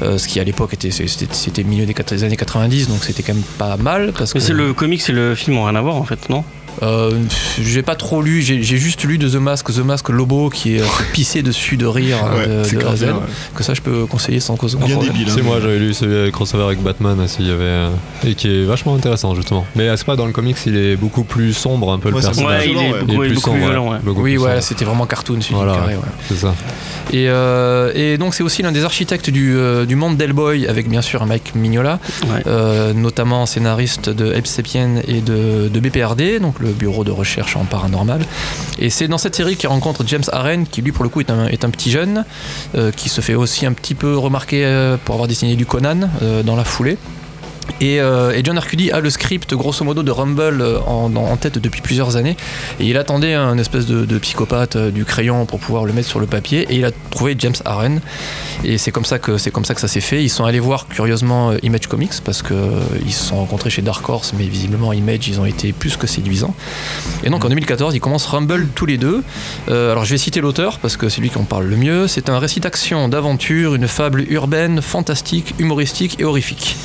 Euh, ce qui à l'époque était, c'était, c'était milieu des, quatre- des années 90, donc c'était quand même pas mal. Parce
Mais
que,
c'est le comic, c'est le film, on rien à voir en fait, non
euh, pff, j'ai pas trop lu, j'ai j'ai juste lu de The Mask, The Mask Lobo qui est euh, pissé dessus de rire hein,
Ouais,
de-
c'est
de, A à
grave
Z.
bien, ouais.
Que ça, je peux conseiller sans cause.
Bien
problème.
débile. hein.
C'est moi, j'avais lu celui avec crossover avec Batman aussi, il y avait, euh, et qui est vachement intéressant justement. Mais à ce pas dans le comics, il est beaucoup plus sombre un peu
Ouais,
le
c'est
Ouais,
personnage.
il
violent,
est
ouais.
beaucoup, il est beaucoup plus
sombre,
violent, ouais.
beaucoup
Oui,
plus
ouais,
sombre.
c'était vraiment cartoon, celui
Voilà,
du carré,
ouais.
ouais.
c'est ça.
Et, euh, et donc, c'est aussi l'un des architectes du, euh, du monde d'Hellboy, avec bien sûr un Mike Mignola,
Ouais.
euh, notamment scénariste de Ape Sapien et de, de BPRD, donc le Bureau de Recherche en Paranormal. Et c'est dans cette série qu'il rencontre James Aren, qui lui, pour le coup, est un, est un petit jeune, euh, qui se fait aussi un petit peu remarquer euh, pour avoir dessiné du Conan euh, dans la foulée. Et, euh, et John Arcudi a le script grosso modo de Rumble euh, en, en tête depuis plusieurs années. Et il attendait un espèce de, de psychopathe euh, du crayon pour pouvoir le mettre sur le papier. Et il a trouvé James Aren. Et c'est comme ça que c'est comme ça que ça s'est fait. Ils sont allés voir curieusement euh, Image Comics parce que euh, ils se sont rencontrés chez Dark Horse, mais visiblement Image ils ont été plus que séduisants. Et donc en 2014 ils commencent Rumble tous les deux. Euh, alors je vais citer l'auteur parce que c'est lui qui en parle le mieux. C'est un récit d'action, d'aventure, une fable urbaine, fantastique, humoristique et horrifique.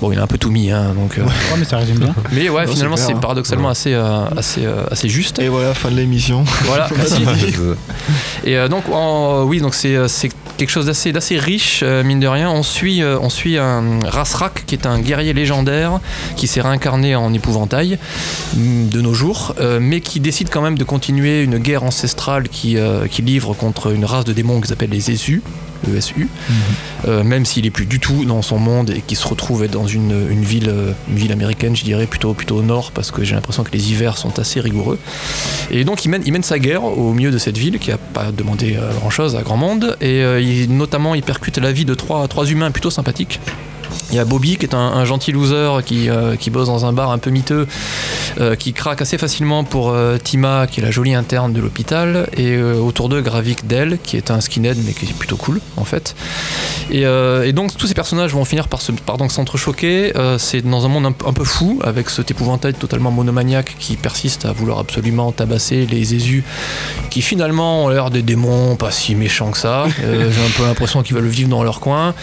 Bon, il a un peu tout mis, hein, donc. euh,
Ouais, mais ça résume bien.
Mais ouais,
Non, c'est
finalement,
clair,
c'est
hein.
paradoxalement assez, euh, assez, euh, assez juste.
Et voilà, fin de l'émission.
Voilà.
Merci.
Et euh, donc, en- oui, donc c'est euh, c'est quelque chose d'assez d'assez riche, euh, mine de rien. On suit, euh, on suit un Rasrak qui est un guerrier légendaire qui s'est réincarné en épouvantail mm, de nos jours, euh, mais qui décide quand même de continuer une guerre ancestrale qui, euh, qui livre contre une race de démons qui s'appelle les Esu. ESU, euh, même s'il est plus du tout dans son monde et qui se retrouve dans une, une ville, euh, une ville américaine, je dirais plutôt, plutôt au nord, parce que j'ai l'impression que les hivers sont assez rigoureux. Et donc il mène, il mène sa guerre au milieu de cette ville qui n'a pas demandé grand chose à grand monde. Et euh, il- notamment il percute la vie de trois, trois humains plutôt sympathiques. Il y a Bobby qui est un, un gentil loser qui, euh, qui bosse dans un bar un peu miteux, euh, qui craque assez facilement pour euh, Tima qui est la jolie interne de l'hôpital, et euh, autour d'eux Gravik Dell qui est un skinhead mais qui est plutôt cool en fait. Et, euh, et donc tous ces personnages vont finir par se- par donc s'entrechoquer. Euh, c'est dans un monde un, p- un peu fou, avec cet épouvantail totalement monomaniaque qui persiste à vouloir absolument tabasser les Esus, qui finalement ont l'air des démons pas si méchants que ça. Euh, J'ai un peu l'impression qu'ils veulent vivre dans leur coin.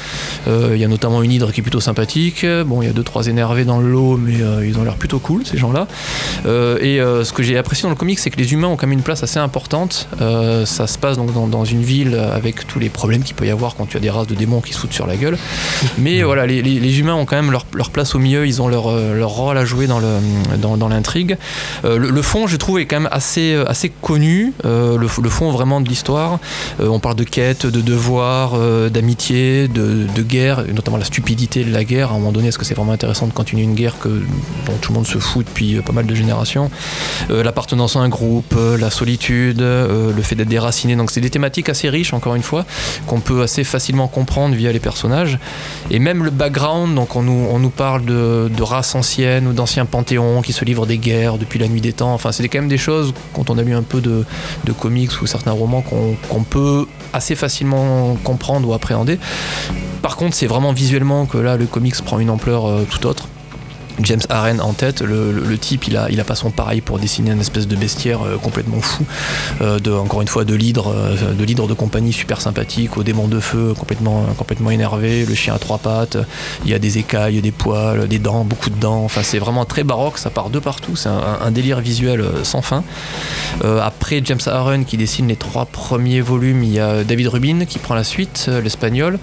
Euh, Il y a notamment une hydre qui est plutôt sympathique. Bon, il y a deux trois énervés dans le lot, mais euh, ils ont l'air plutôt cool ces gens-là. Euh, et euh, ce que j'ai apprécié dans le comic, c'est que les humains ont quand même une place assez importante. Euh, ça se passe donc dans, dans une ville euh, avec tous les problèmes qu'il peut y avoir quand tu as des races de démons qui se foutent sur la gueule. Mais voilà, les, les- les humains ont quand même leur, leur place au milieu, ils ont leur, euh, leur rôle à jouer dans le- dans- dans l'intrigue. Euh, le, le fond, je trouve, est quand même assez, euh, assez connu, euh, le, f- le fond vraiment de l'histoire. Euh, on parle de quête, de devoir, euh, d'amitié, de, de guerre, et notamment la stupidité de la guerre. À un moment donné, est-ce que c'est vraiment intéressant de continuer une guerre que, dont tout le monde se fout depuis euh, pas mal de générations Euh, L'appartenance à un groupe, euh, la solitude, euh, le fait d'être déraciné. Donc, c'est des thématiques assez riches, encore une fois, qu'on peut assez facilement comprendre via les personnages. Et même le background, donc on nous, on nous parle de, de races anciennes ou d'anciens panthéons qui se livrent des guerres depuis la nuit des temps. Enfin, c'est quand même des choses, quand on a lu un peu de, de comics ou certains romans, qu'on qu'on peut assez facilement comprendre ou appréhender. Par contre, c'est vraiment visuellement que là, le comics prend une ampleur euh, tout autre. James Aren en tête, le, le- le type il a, il a pas son pareil pour dessiner une espèce de bestiaire euh, complètement fou, euh, de, encore une fois de l'hydre, euh, de l'hydre de compagnie super sympathique, au démon de feu complètement, euh, complètement énervé, le chien à trois pattes, il y a des écailles, des poils, des dents, beaucoup de dents, enfin c'est vraiment très baroque, ça part de partout, c'est un, un délire visuel euh, sans fin. Euh, après James Aaron qui dessine les trois premiers volumes, il y a David Rubin qui prend la suite, euh, l'espagnol,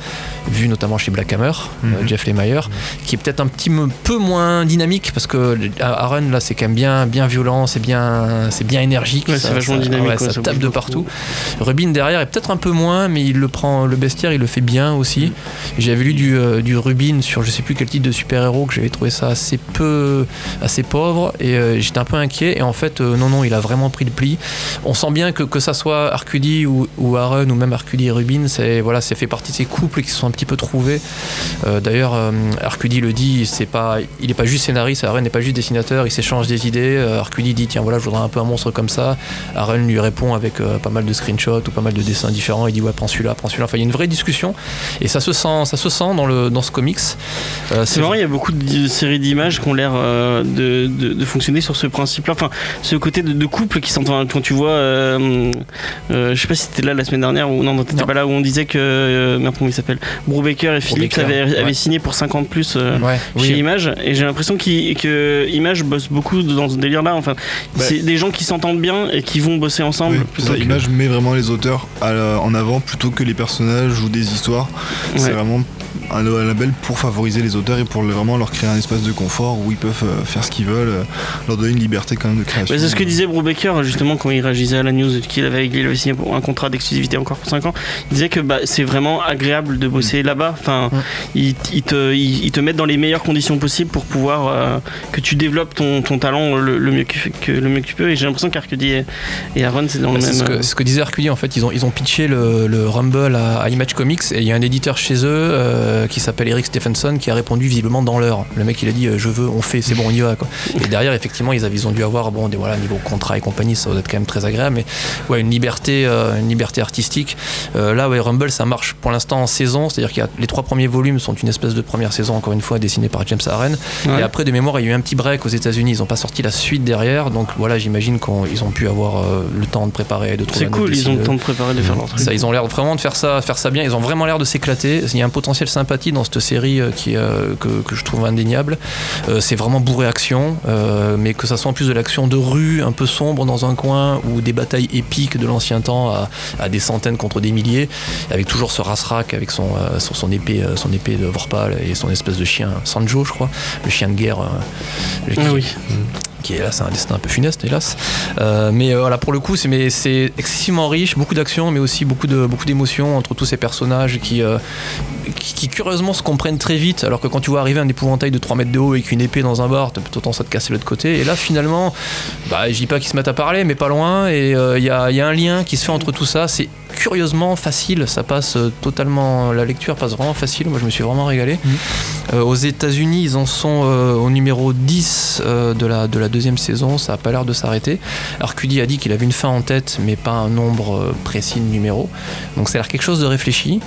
vu notamment chez Black Hammer, euh,
Mhm.
Jeff Lemire, qui est peut-être un petit mo- peu moins dynamique parce que euh, Aaron là c'est quand même bien, bien violent, c'est bien, c'est bien énergique,
Ouais, c'est vachement dynamique,
ouais,
ouais,
ça
ça
tape
bouge
de
beaucoup.
partout. Rubin derrière est peut-être un peu moins, mais il le prend, le bestiaire, il le fait bien
Mhm.
aussi. J'avais lu du, euh, du Rubin sur je sais plus quel titre de super-héros que j'avais trouvé ça assez peu, assez pauvre et euh, j'étais un peu inquiet. Et en fait, euh, non, non, il a vraiment pris le pli. On sent bien que que ça soit Arcudi ou, ou Aaron ou même Arcudi et Rubin, c'est voilà, c'est fait partie de ces couples qui se sont un petit peu trouvés. Euh, D'ailleurs, euh, Arcudi le dit, c'est pas, il n'est pas juste scénariste, Aaron n'est pas juste dessinateur, il s'échange des idées. Euh, Arcudi dit tiens voilà, je voudrais un peu un monstre comme ça. Aaron lui répond avec euh, pas mal de screenshots ou pas mal de dessins différents. Il dit ouais prends celui-là, prends celui-là. Enfin, il y a une vraie discussion et ça se sent, ça se sent dans le dans ce comics. Euh,
C'est marrant, il y a beaucoup de di- séries d'images qui ont l'air euh, de, de- de fonctionner sur ce principe-là. Enfin, ce côté de, de couple qui s'entend. hein. Quand tu vois, euh, euh, je sais pas si t'étais là la semaine dernière ou non, non, t'étais
Non.
pas là où on disait que euh, merde, comment il s'appelle, Brubaker et Philips
Brubaker,
avaient,
ouais.
avaient signé pour 50 plus euh,
Ouais,
chez
oui.
Image. Et j'ai l'impression qu'ils- que Image bosse beaucoup dans ce délire-là. Enfin, c'est des gens qui s'entendent bien et qui vont bosser ensemble.
Oui, c'est
plutôt
ça,
que-
Image met vraiment les auteurs à la- en avant plutôt que les personnages ou des histoires.
Ouais.
C'est vraiment un un label pour favoriser les auteurs et pour le- vraiment leur créer un espace de confort où ils peuvent euh, faire ce qu'ils veulent, euh, leur donner une liberté quand même de création.
Ouais, c'est ce que disait Brubaker justement quand il réagissait à la news qu'il avait, il avait signé pour un contrat d'exclusivité encore pour 5 ans. Il disait que bah, c'est vraiment agréable de bosser là-bas. Enfin,
Mm.
ils, ils te, ils, ils te mettent dans les meilleures conditions possibles pour pouvoir euh, que tu développes ton, ton talent le, le mieux que, que- le mieux que tu peux. Et j'ai l'impression qu'Arcudi et, et Aaron c'est dans
Bah,
le
C'est
même. euh,
ce que, ce que disait Hercule en fait, ils ont, ils ont pitché le, le Rumble à, à Image Comics et il y a un éditeur chez eux euh, qui s'appelle Eric Stephenson qui a répondu visiblement dans l'heure. Le mec il a dit euh, je veux, on fait, c'est bon, on y va. Quoi. Et derrière effectivement ils, avaient- ils ont dû avoir, bon des, voilà, niveau contrat et compagnie ça doit être quand même très agréable, mais ouais, une liberté, euh, une liberté artistique. Euh, là ouais, Rumble ça marche pour l'instant en saison, c'est-à-dire qu'il y a les trois premiers volumes sont une espèce de première saison encore une fois dessinée par James Aren.
Ouais.
Et après, de mémoire, il y a eu un petit break aux États-Unis. Ils n'ont pas sorti la suite derrière. Donc voilà, j'imagine qu'ils ont pu avoir euh, le temps de préparer, de trouver
C'est
un autre
cool, ils ont le
dessine-
temps de préparer de faire leur truc.
ça, ils ont l'air vraiment de faire ça, faire ça bien. Ils ont vraiment l'air de s'éclater. Il y a un potentiel sympa d'empathie dans cette série euh, qui, euh, que, que je trouve indéniable. Euh, c'est vraiment bourré action, euh, mais que ça soit en plus de l'action de rue, un peu sombre dans un coin, ou des batailles épiques de l'ancien temps à, à des centaines contre des milliers, avec toujours ce Rasrak avec son, euh, son, son épée, euh, son épée de Vorpal et son espèce de chien Sanjo, je crois, le chien de guerre. euh, le- qui- Qui hélas a un destin un peu funeste, hélas. Euh, mais euh, voilà, pour le coup, c'est mais c'est excessivement riche, beaucoup d'action, mais aussi beaucoup de beaucoup d'émotions entre tous ces personnages qui, euh, qui, qui, curieusement se comprennent très vite. Alors que quand tu vois arriver un épouvantail de 3 mètres de haut et qu'une épée dans un bar, t'as plutôt tendance à te casser l'autre côté. Et là, finalement, bah, je dis pas qu'ils se mettent à parler, mais pas loin. Et euh, il y, a, il y a un lien qui se fait entre tout ça. C'est curieusement facile. Ça passe euh, totalement. La lecture passe vraiment facile. Moi, je me suis vraiment régalé. Euh, aux États-Unis, ils en sont euh, au numéro 10 euh, de, la, de la deuxième saison. Ça a pas l'air de s'arrêter. Arcudi a dit qu'il avait une fin en tête, mais pas un nombre euh, précis de numéros. Donc, ça a l'air quelque chose de réfléchi.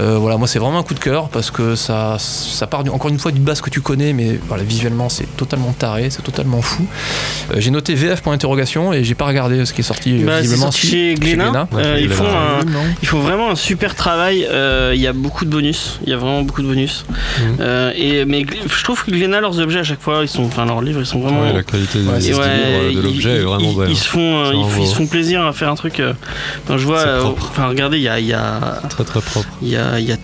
Euh, voilà, moi, c'est vraiment un coup de cœur parce que ça, ça part du- encore une fois d'une base que tu connais, mais voilà, visuellement, c'est totalement taré, c'est totalement fou. Euh, j'ai noté VF pour interrogation et j'ai pas regardé ce qui est sorti euh,
Bah, c'est
visiblement
sorti
si,
chez Glénat.
Glénat.
Euh, ils, font un-
Non.
ils font vraiment un super travail. Euh, Il y a beaucoup de bonus. Il y a vraiment beaucoup de bonus.
Mhm.
Euh, et, mais Gl- je trouve que Glénat, leurs objets à chaque fois, ils sont, enfin leurs livres, ils sont vraiment.
Ouais, la qualité des-
Et
des livres, de
ils-
l'objet est vraiment hein.
ils,
belle.
Ils se font, euh,
C'est
ils,
un
f-
beau.
ils se font plaisir à faire un truc. euh, enfin, je vois.
C'est
euh,
propre.
Enfin, regardez, il y a, il y a,
Très très propre.
il y a, il y a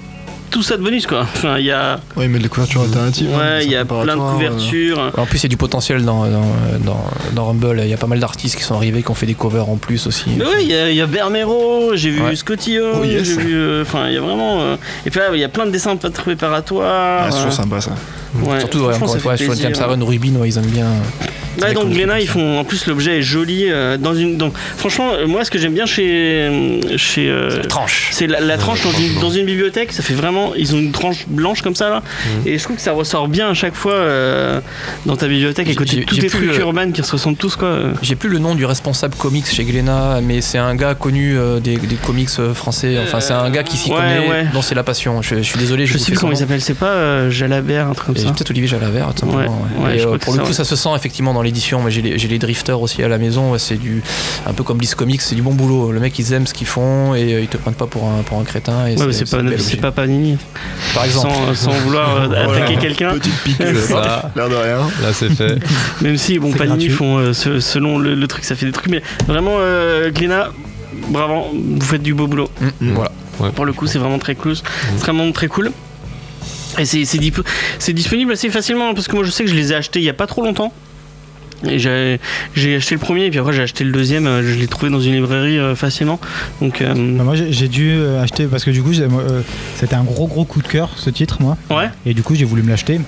tout ça de bonus quoi. Enfin, il y a.
Oui, mais les couvertures alternatives. hein,
Ouais, il y
ça
a
compare à
plein de
toi, euh,
couvertures.
En plus, il y a du potentiel dans, dans, dans- dans Rumble. Il y a pas mal d'artistes qui sont arrivés, qui ont fait des covers en plus aussi.
Mais ouais, il y a- il y, a Bermero, j'ai vu
Ouais.
Scotty Hall,
Oh, yes.
j'ai vu. euh, Enfin, il y a vraiment. euh, et puis là, il y a plein de dessins pas trop préparatoires.
Ah, c'est toujours
euh,
sympa ça.
Ouais,
Surtout, ouais,
franchement,
encore
ça
une fois,
fait
sur le
plaisir.
James Aaron ou Rubin, ouais, ils aiment bien.
Ouais, donc Glénat, ils font. En plus, l'objet est joli. euh, dans une. dans- franchement, euh, moi, ce que j'aime bien chez chez. euh,
tranche.
C'est la, la tranche dans une,
franchement.
dans une bibliothèque. Ça fait vraiment. Ils ont une tranche blanche comme ça là. Et je trouve que ça ressort bien à chaque fois euh, dans ta bibliothèque. Et
J'ai-
côté
j'ai-
tous
j'ai
les
plus,
trucs
euh,
urbains qui se ressemblent tous quoi. euh.
J'ai plus le nom du responsable comics chez Glénat, mais c'est un gars connu euh, des, des comics euh, français. Enfin, c'est un gars qui s'y
ouais,
connaît.
ouais.
dont c'est la passion. Je, je suis désolé.
Je
vous
sais
fais
plus comment
son
ils
nom.
s'appellent. C'est pas euh, Jalabert, un truc comme
Et
ça.
Peut-être Olivier Jalavert, tout simplement,
Ouais,
ouais.
ouais,
Et,
je
euh,
crois que
pour le
c'est
coup,
ça,
ça se sent effectivement dans l'édition. Moi, j'ai les, j'ai les drifters aussi à la maison. ouais, C'est du un peu comme Bliss Comics, c'est du bon boulot. Le mec, ils aiment ce qu'ils font et euh, ils te prennent pas pour un pour un crétin. Et
Ouais, mais c'est pas,
un bel
c'est
objet.
pas Panini.
Par exemple.
Sans, sans vouloir euh,
Voilà.
attaquer quelqu'un.
Petite pique,
Ça,
l'air de rien.
là c'est fait.
Même si, bon,
C'est
Panini
gratuit.
font euh, ce- selon le, le truc, ça fait des trucs. Mais vraiment, euh, Glénat, bravo, vous faites du beau boulot.
Mm, mm, voilà.
Ouais.
Pour le coup, c'est vraiment très cool. C'est Vraiment très cool. Et c'est c'est dip- c'est disponible assez facilement parce que moi je sais que je les ai achetés il y a pas trop longtemps. Et j'ai j'ai acheté le premier et puis après j'ai acheté le deuxième. euh, Je l'ai trouvé dans une librairie euh, facilement. Donc euh,
Bah, moi j'ai j'ai dû euh, acheter parce que du coup j'ai- moi, euh, c'était un gros gros coup de cœur ce titre moi
ouais.
et du coup j'ai voulu me l'acheter.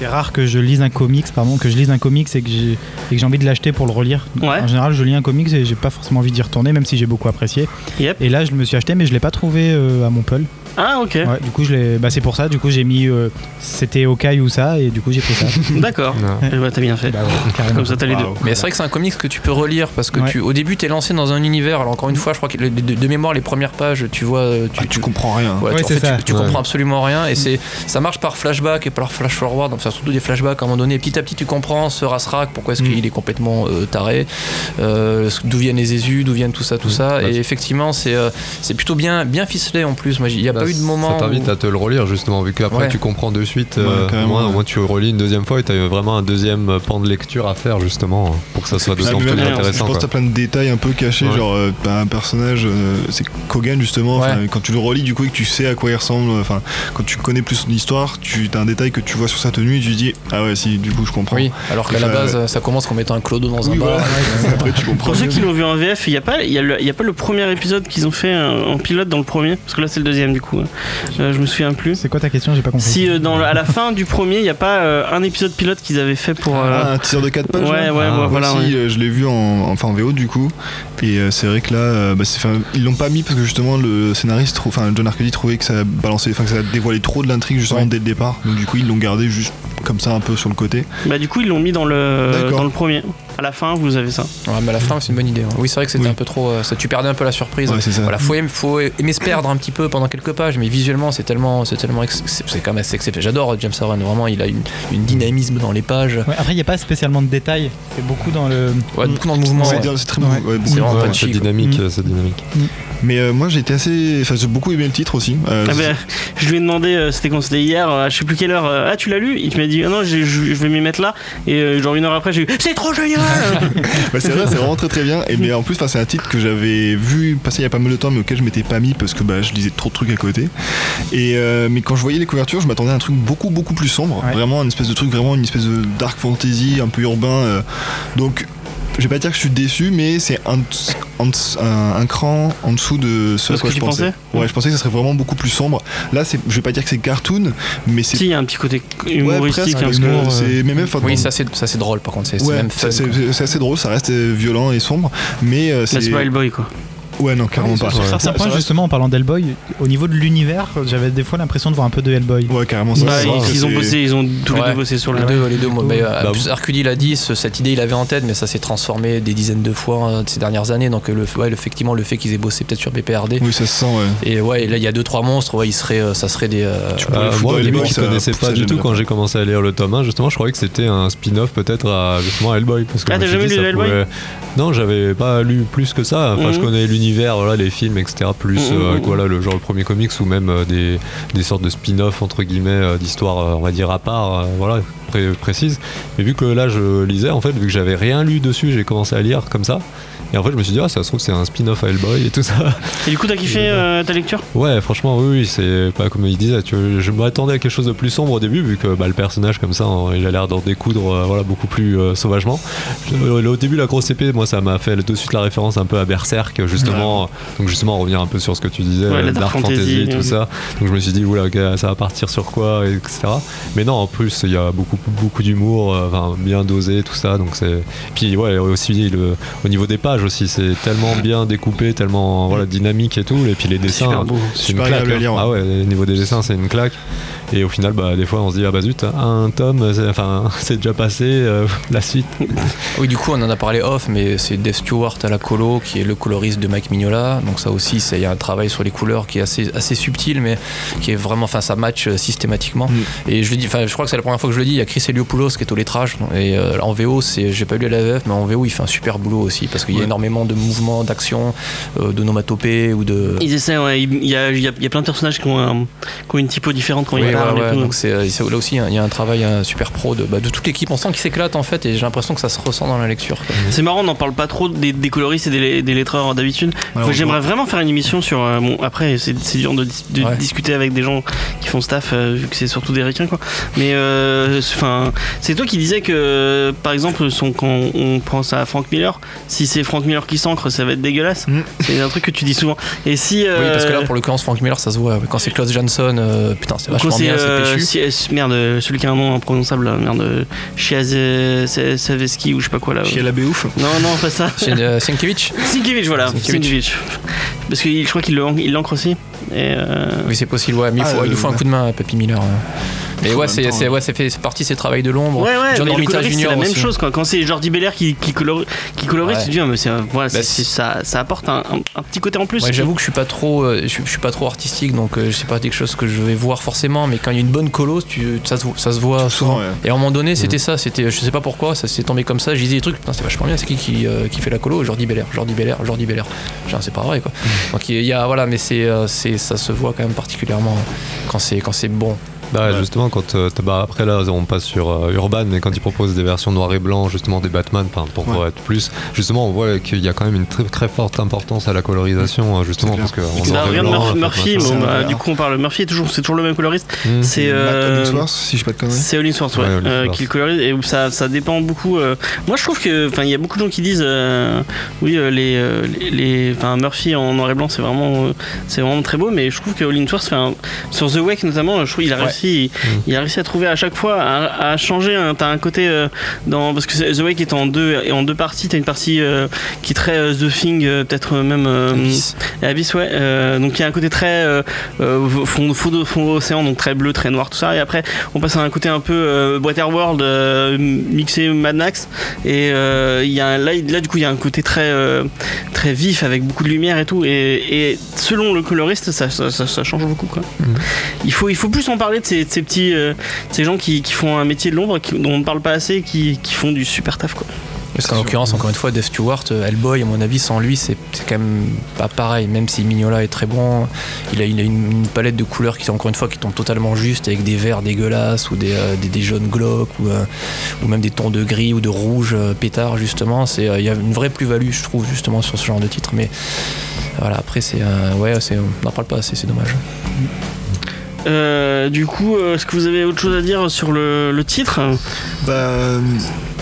C'est rare que je lise un comics pardon que je lise un comics et que j'ai et que j'ai envie de l'acheter pour le relire.
Ouais.
En général je lis un comics et j'ai pas forcément envie d'y retourner même si j'ai beaucoup apprécié.
Yep.
Et là je me suis acheté mais je l'ai pas trouvé euh, à Montpellier.
Ah ok.
Ouais, du coup je l'ai bah c'est pour ça du coup j'ai mis euh, c'était au cas ou ça et du coup j'ai pris ça.
D'accord.
Mm. Ouais.
Eh ben, T'as bien fait.
Bah ouais, carrément.
Comme ça t'as les deux.
Mais c'est vrai que c'est un comics que tu peux relire parce que
Ouais.
tu, au début, t'es lancé dans un univers. Alors encore une fois, je crois que le- de, de mémoire, les premières pages, tu vois, euh, tu,
Ah, tu comprends rien.
Ouais,
Ouais,
tu, en
c'est
fait,
ça.
tu- tu
Ouais.
comprends absolument rien et c'est ça marche par flashback et par flash forward donc c'est surtout des flashbacks à un moment donné petit à petit tu comprends ce Rasrak pourquoi est-ce qu'il est complètement euh, taré euh, ce- d'où viennent les Jésus d'où viennent tout ça tout ça
Ouais.
et effectivement c'est euh, c'est plutôt bien bien ficelé en plus moi il n'y a
Bah,
pas eu de moment
Ça t'invite
où-
à te le relire justement, vu qu'après
Ouais.
tu comprends de suite.
Ouais,
euh,
carrément,
au moins-
ouais.
au moins tu relis une deuxième fois et t'as vraiment un deuxième pan de lecture à faire justement pour que ça soit
Ah,
d'autant
mais
plus
même, Je
intéressant.
pense que t'as
quoi.
plein de détails un peu cachés,
Ouais.
genre euh, t'as un personnage, euh, c'est Kogan justement, enfin,
Ouais.
quand tu le relis du coup et que tu sais à quoi il ressemble, euh, enfin quand tu connais plus son histoire, tu as un détail que tu vois sur sa tenue et tu te dis ah ouais si du coup je comprends.
oui alors qu'à la
Enfin,
base ça commence qu'en mettant un clodo dans un
Oui,
bar
voilà. Après tu comprends.
Pour ceux
mieux.
qui l'ont vu en VF, il n'y a, pas- il y a le- il y a pas le premier épisode qu'ils ont fait euh, en pilote dans le premier, parce que là c'est le deuxième du coup. hein. Euh, je me souviens plus.
C'est quoi ta question j'ai pas compris.
Si euh, dans le- à la fin du premier, il n'y a pas euh, un épisode pilote qu'ils avaient fait pour. euh,
Ah, un teaser de 4 pages
Ouais,
là
ouais, ouais,
Ah,
Moi
voilà,
aussi,
ouais.
euh, je l'ai vu en, enfin, en VO du coup. Et euh, c'est vrai que là, euh, bah, c'est- enfin, ils l'ont pas mis parce que justement le scénariste, trou- enfin John Arcady trouvait que ça balançait, enfin que ça dévoilait trop de l'intrigue justement
Ouais.
dès le départ. Donc du coup ils l'ont gardé juste comme ça un peu sur le côté.
Bah, du coup, ils l'ont mis dans le,
D'accord. Ah,
dans le premier. À la fin, vous avez ça.
Ouais, mais à la fin, c'est une bonne idée. hein. Oui, c'est vrai que c'était un peu trop. euh, ça, tu perdais un peu la surprise.
Ouais, c'est ça.
Voilà, faut aimer, faut aimer se perdre un petit peu pendant quelques pages, mais visuellement, c'est tellement, c'est tellement, ex- c'est c'est quand même assez exceptionnel. J'adore James Aaron. Vraiment, il a une, une dynamisme dans les pages.
Ouais, après, il n'y a pas spécialement de détails. C'est beaucoup dans le.
Ouais, beaucoup dans le mouvement.
Ouais. Ouais.
C'est vraiment pas
cette
chill, quoi.
dynamique, euh, cette dynamique.
Mais euh, moi j'étais assez. Enfin, j'ai beaucoup aimé le titre aussi. Euh,
Ah ben, je lui ai demandé, euh, c'était quand c'était hier, euh, à je sais plus quelle heure, euh, ah tu l'as lu Il m'a dit, ah non, j'ai- je je vais m'y mettre là. Et euh, genre une heure après, j'ai eu, c'est trop génial
Bah, c'est vrai, c'est vraiment très très bien. Et mais en plus, enfin, c'est un titre que j'avais vu passer il y a pas mal de temps, mais auquel je m'étais pas mis parce que bah, je lisais trop de trucs à côté. Et euh, mais quand je voyais les couvertures, je m'attendais à un truc beaucoup beaucoup plus sombre, vraiment une espèce de truc, vraiment une espèce de dark fantasy, un peu urbain. euh. donc, je vais pas dire que je suis déçu, mais c'est un, un, un- un cran en dessous de ce
De
à
ce que
quoi je
tu
pensais.
pensais
Ouais, je pensais que ça serait vraiment beaucoup plus sombre. Là, c'est, je vais pas dire que c'est cartoon, mais c'est.
Si, il y a un petit côté
ouais,
humoristique,
presque,
un
parce que
humour, euh,
c'est- mais même, enfin,
Oui,
dans-
ça c'est ça, c'est drôle par contre. C'est c'est
Ouais,
même
ça,
fun,
c'est
quoi.
c'est assez drôle, ça reste euh, violent et sombre, mais euh, c'est.
Spoil Boy quoi.
Ouais, non, carrément pas.
Sur certains points, justement, en parlant d'Hellboy, au niveau de l'univers, j'avais des fois l'impression de voir un peu de Hellboy.
Ouais, carrément,
Bah, ils, ils ont bossé, ils ont tous les deux bossé sur le
les deux, les deux, bah, euh,
Bah,
plus, Arcudi l'a dit, ce- cette idée il l'avait en tête, mais ça s'est transformé des dizaines de fois euh, de ces dernières années. Donc euh, le, ouais, le- effectivement, le fait qu'ils aient bossé peut-être sur BPRD.
Oui, ça se sent.
Et ouais, et là il y a deux trois monstres, ouais, il serait, euh, ça serait des. euh,
Euh, moi, au
des
début,
monstres.
je connaissais pas du tout quand j'ai commencé à lire le tome 1. Justement, je croyais que c'était un spin-off peut-être à justement Hellboy. Parce que
Ah,
je me
t'as
suis
jamais
dit,
lu
ça
Hellboy
pouvait- Non, j'avais pas lu plus que ça. Enfin, je
Mhm.
connais l'univers, voilà, les films, etc. Plus
Mhm,
euh,
mhm.
voilà, le genre le premier comics ou même euh, des, des sortes de spin-off entre guillemets euh, d'histoires, euh, on va dire à part, euh, voilà, pré- précises. Mais vu que là, je lisais, en fait, vu que j'avais rien lu dessus, j'ai commencé à lire comme ça. Et en fait, je me suis dit, ah, ça se trouve, c'est un spin-off à Hellboy et tout ça.
Et du coup, t'as kiffé euh, ta lecture
Ouais, franchement, oui, oui, c'est pas comme il disait. Tu vois, je m'attendais à quelque chose de plus sombre au début, vu que bah, le personnage, comme ça, hein, il a l'air d'en découdre euh, voilà, beaucoup plus euh, sauvagement. Je- euh, au début, la grosse épée, moi, ça m'a fait de suite la référence un peu à Berserk, justement. Donc, justement, revenir un peu sur ce que tu disais,
Ouais,
euh,
la Dark
Dark Fantasy,
Fantasy,
tout
oui.
ça. Donc, je me suis dit, oula, ok, ça va partir sur quoi, etc. Mais non, en plus, il y a beaucoup, beaucoup d'humour, euh, enfin, bien dosé, tout ça. Donc, c'est. Puis, ouais, aussi, le- au niveau des pages aussi, c'est tellement bien découpé, tellement voilà, dynamique et tout. Et puis, les dessins,
Super beau.
c'est une
Super
claque.
agréable à
hein.
lire, ouais.
Ah ouais, au niveau des dessins, c'est une claque. Et au final, bah, des fois, on se dit, ah bah zut, un tome, c'est, enfin, c'est déjà passé, euh, la suite.
Oui, du coup, on en a parlé off, mais c'est Dave Stewart à la colo, qui est le coloriste de Mike Mignola. Donc, ça aussi, c'est- il y a un travail sur les couleurs qui est assez, assez subtil, mais qui est vraiment. Enfin, ça match euh, systématiquement. Et je le dis, enfin, je crois que c'est la première fois que je le dis. Il y a Chris Heliopoulos qui est au lettrage. Et euh, en VO, c'est, j'ai pas lu à la VF, mais en VO, il fait un super boulot aussi, parce qu'il y a énormément de mouvements, d'actions, euh, d'onomatopées ou de.
Ils essaient, ouais, il y a, il y a- il y a plein de personnages qui ont, un- qui ont une typo différente quand
Oui,
ils
ouais,
parlent
ouais,
et tout.
donc c'est, euh, c'est- là aussi, hein, il y a un travail euh, super pro de, bah, de toute l'équipe. On sent qu'ils s'éclatent en fait, et j'ai l'impression que ça se ressent dans la lecture. quoi.
C'est marrant, on n'en parle pas trop des, des coloristes et des, des lettreurs d'habitude.
Malheureusement.
J'aimerais vraiment faire une émission sur. euh, bon, après, c'est c'est dur de, dis- de
Ouais.
discuter avec des gens qui font staff, euh, vu que c'est surtout des requins, quoi. Mais euh, c'est- enfin, c'est toi qui disais que, euh, par exemple, son, quand on prend ça à Frank Miller, si c'est Frank Miller qui s'ancre, ça va être dégueulasse. C'est un truc que tu dis souvent. Et si.
Mm. Oui, parce que là,
euh,
pour le l'occurrence, Frank Miller, ça se voit. Quand c'est Klaus Johnson, euh, putain, c'est
Quand
vachement
c'est,
bien,
euh,
c'est péchu.
si- euh, merde, euh, celui qui a un nom imprononçable, là, merde, euh, Chiaz- euh, Sa- Saveski ou je sais pas quoi là.
Chez la Béouf
Non, non, pas ça.
Chez, euh, Sienkiewicz
Sienkiewicz, voilà.
Sienkiewicz.
Sienkiewicz. Parce que je crois qu'il le- il l'ancre aussi. Et euh,
Oui, c'est possible, ouais, mais il,
Ah,
faut, il lui faut
euh,
un coup de main à Peppy Miller. ouais. Mais
Faut en
ouais,
même
c'est
temps,
c'est-
ouais.
ouais, c'est fait c'est partie de ses travails de l'ombre.
Ouais, ouais,
John
mais le
Romita
coloriste, c'est
Jr.
la même
aussi.
chose. Quoi. Quand c'est Jordi Belair qui, qui, colori- qui coloriste,
Ouais.
tu te dis, ah, mais c'est, un- voilà,
Bah,
c'est- c'est- ça, ça apporte un, un- un petit côté en plus.
Ouais, j'avoue que je suis pas trop, euh, je, suis- je suis pas trop artistique, donc euh, c'est pas quelque chose que je vais voir forcément. Mais quand il y a une bonne colo, tu, ça, se, vo- ça se voit souvent. Et à un moment donné, c'était ça, c'était, je sais pas pourquoi, ça s'est tombé comme ça. Je disais des trucs, putain, c'est vachement bien. C'est qui qui, euh, qui fait la colo Jordi Belair, Jordi Belair, Jordi Belair. Genre, c'est pas vrai quoi. Donc il y a, voilà, mais c'est, euh, c'est, ça se voit quand même particulièrement quand c'est, quand c'est bon.
Bah, justement, quand euh, t'as- bah, après là, on passe sur euh, Urban, mais quand ils proposent des versions noir et blanc, justement des Batman, enfin, pour
Ouais.
être plus, justement, on voit qu'il y a quand même une très, très forte importance à la colorisation, euh, justement, parce que
Bah,
en noir et
regarde
blanc,
Mur-
en fait,
Murphy,
maintenant,
bon,
c'est-
bah, du coup on parle Murphy, est toujours, c'est toujours le même coloriste.
Mmh.
C'est
Bah,
Matt
euh,
Hollingsworth, si je pas de conneries.
C'est Hollingsworth, ouais,
Ouais, Hollingsworth.
euh, qui le colorise et où ça, ça dépend beaucoup. euh, Moi je trouve que, enfin, il y a beaucoup de gens qui disent, euh, oui, euh, les, euh, les, les- enfin, Murphy en noir et blanc, c'est vraiment, euh, c'est vraiment très beau, mais je trouve que Hollingsworth fait un- sur The Wake notamment, je trouve il a
Ouais,
réussi réussi. Il, il a réussi à trouver à chaque fois, à, à changer. hein. T'as un côté euh, dans parce que c'est- The Wake est en deux et en deux parties. T'as une partie euh, qui est très euh, The Thing, euh, peut-être euh, même euh,
Abyss.
et Abyss, ouais. Euh, donc il y a un côté très euh, euh, fond, fond, de- fond océan, donc très bleu, très noir, tout ça. Et après, on passe à un côté un peu euh, Waterworld euh, mixé Mad Max. Et euh, il y a un- là, il- là, du coup, il y a un côté très euh, très vif avec beaucoup de lumière et tout. Et, et selon le coloriste, ça, ça, ça- ça change beaucoup, quoi. Il faut il faut plus en parler de ces, de ces petits euh, de ces gens qui, qui font un métier de l'ombre qui- dont on ne parle pas assez, qui, qui font du super taf, quoi.
Parce qu'en l'occurrence, encore une fois, Dave Stewart, euh, Hellboy, à mon avis, sans lui, c'est c'est quand même pas pareil. Même si Mignola est très bon, il a, il a une, une palette de couleurs qui, encore une fois, qui tombe totalement juste avec des verts dégueulasses ou des, euh, des- des jaunes glauques ou, euh, ou même des tons de gris ou de rouge euh, pétard, justement. C'est, euh, Il y a une vraie plus-value, je trouve, justement, sur ce genre de titre. Mais voilà, après, c'est, euh, ouais, c'est- on n'en parle pas assez, c'est dommage.
Euh, du coup, euh, est-ce que vous avez autre chose à dire sur le, le titre
Bah euh,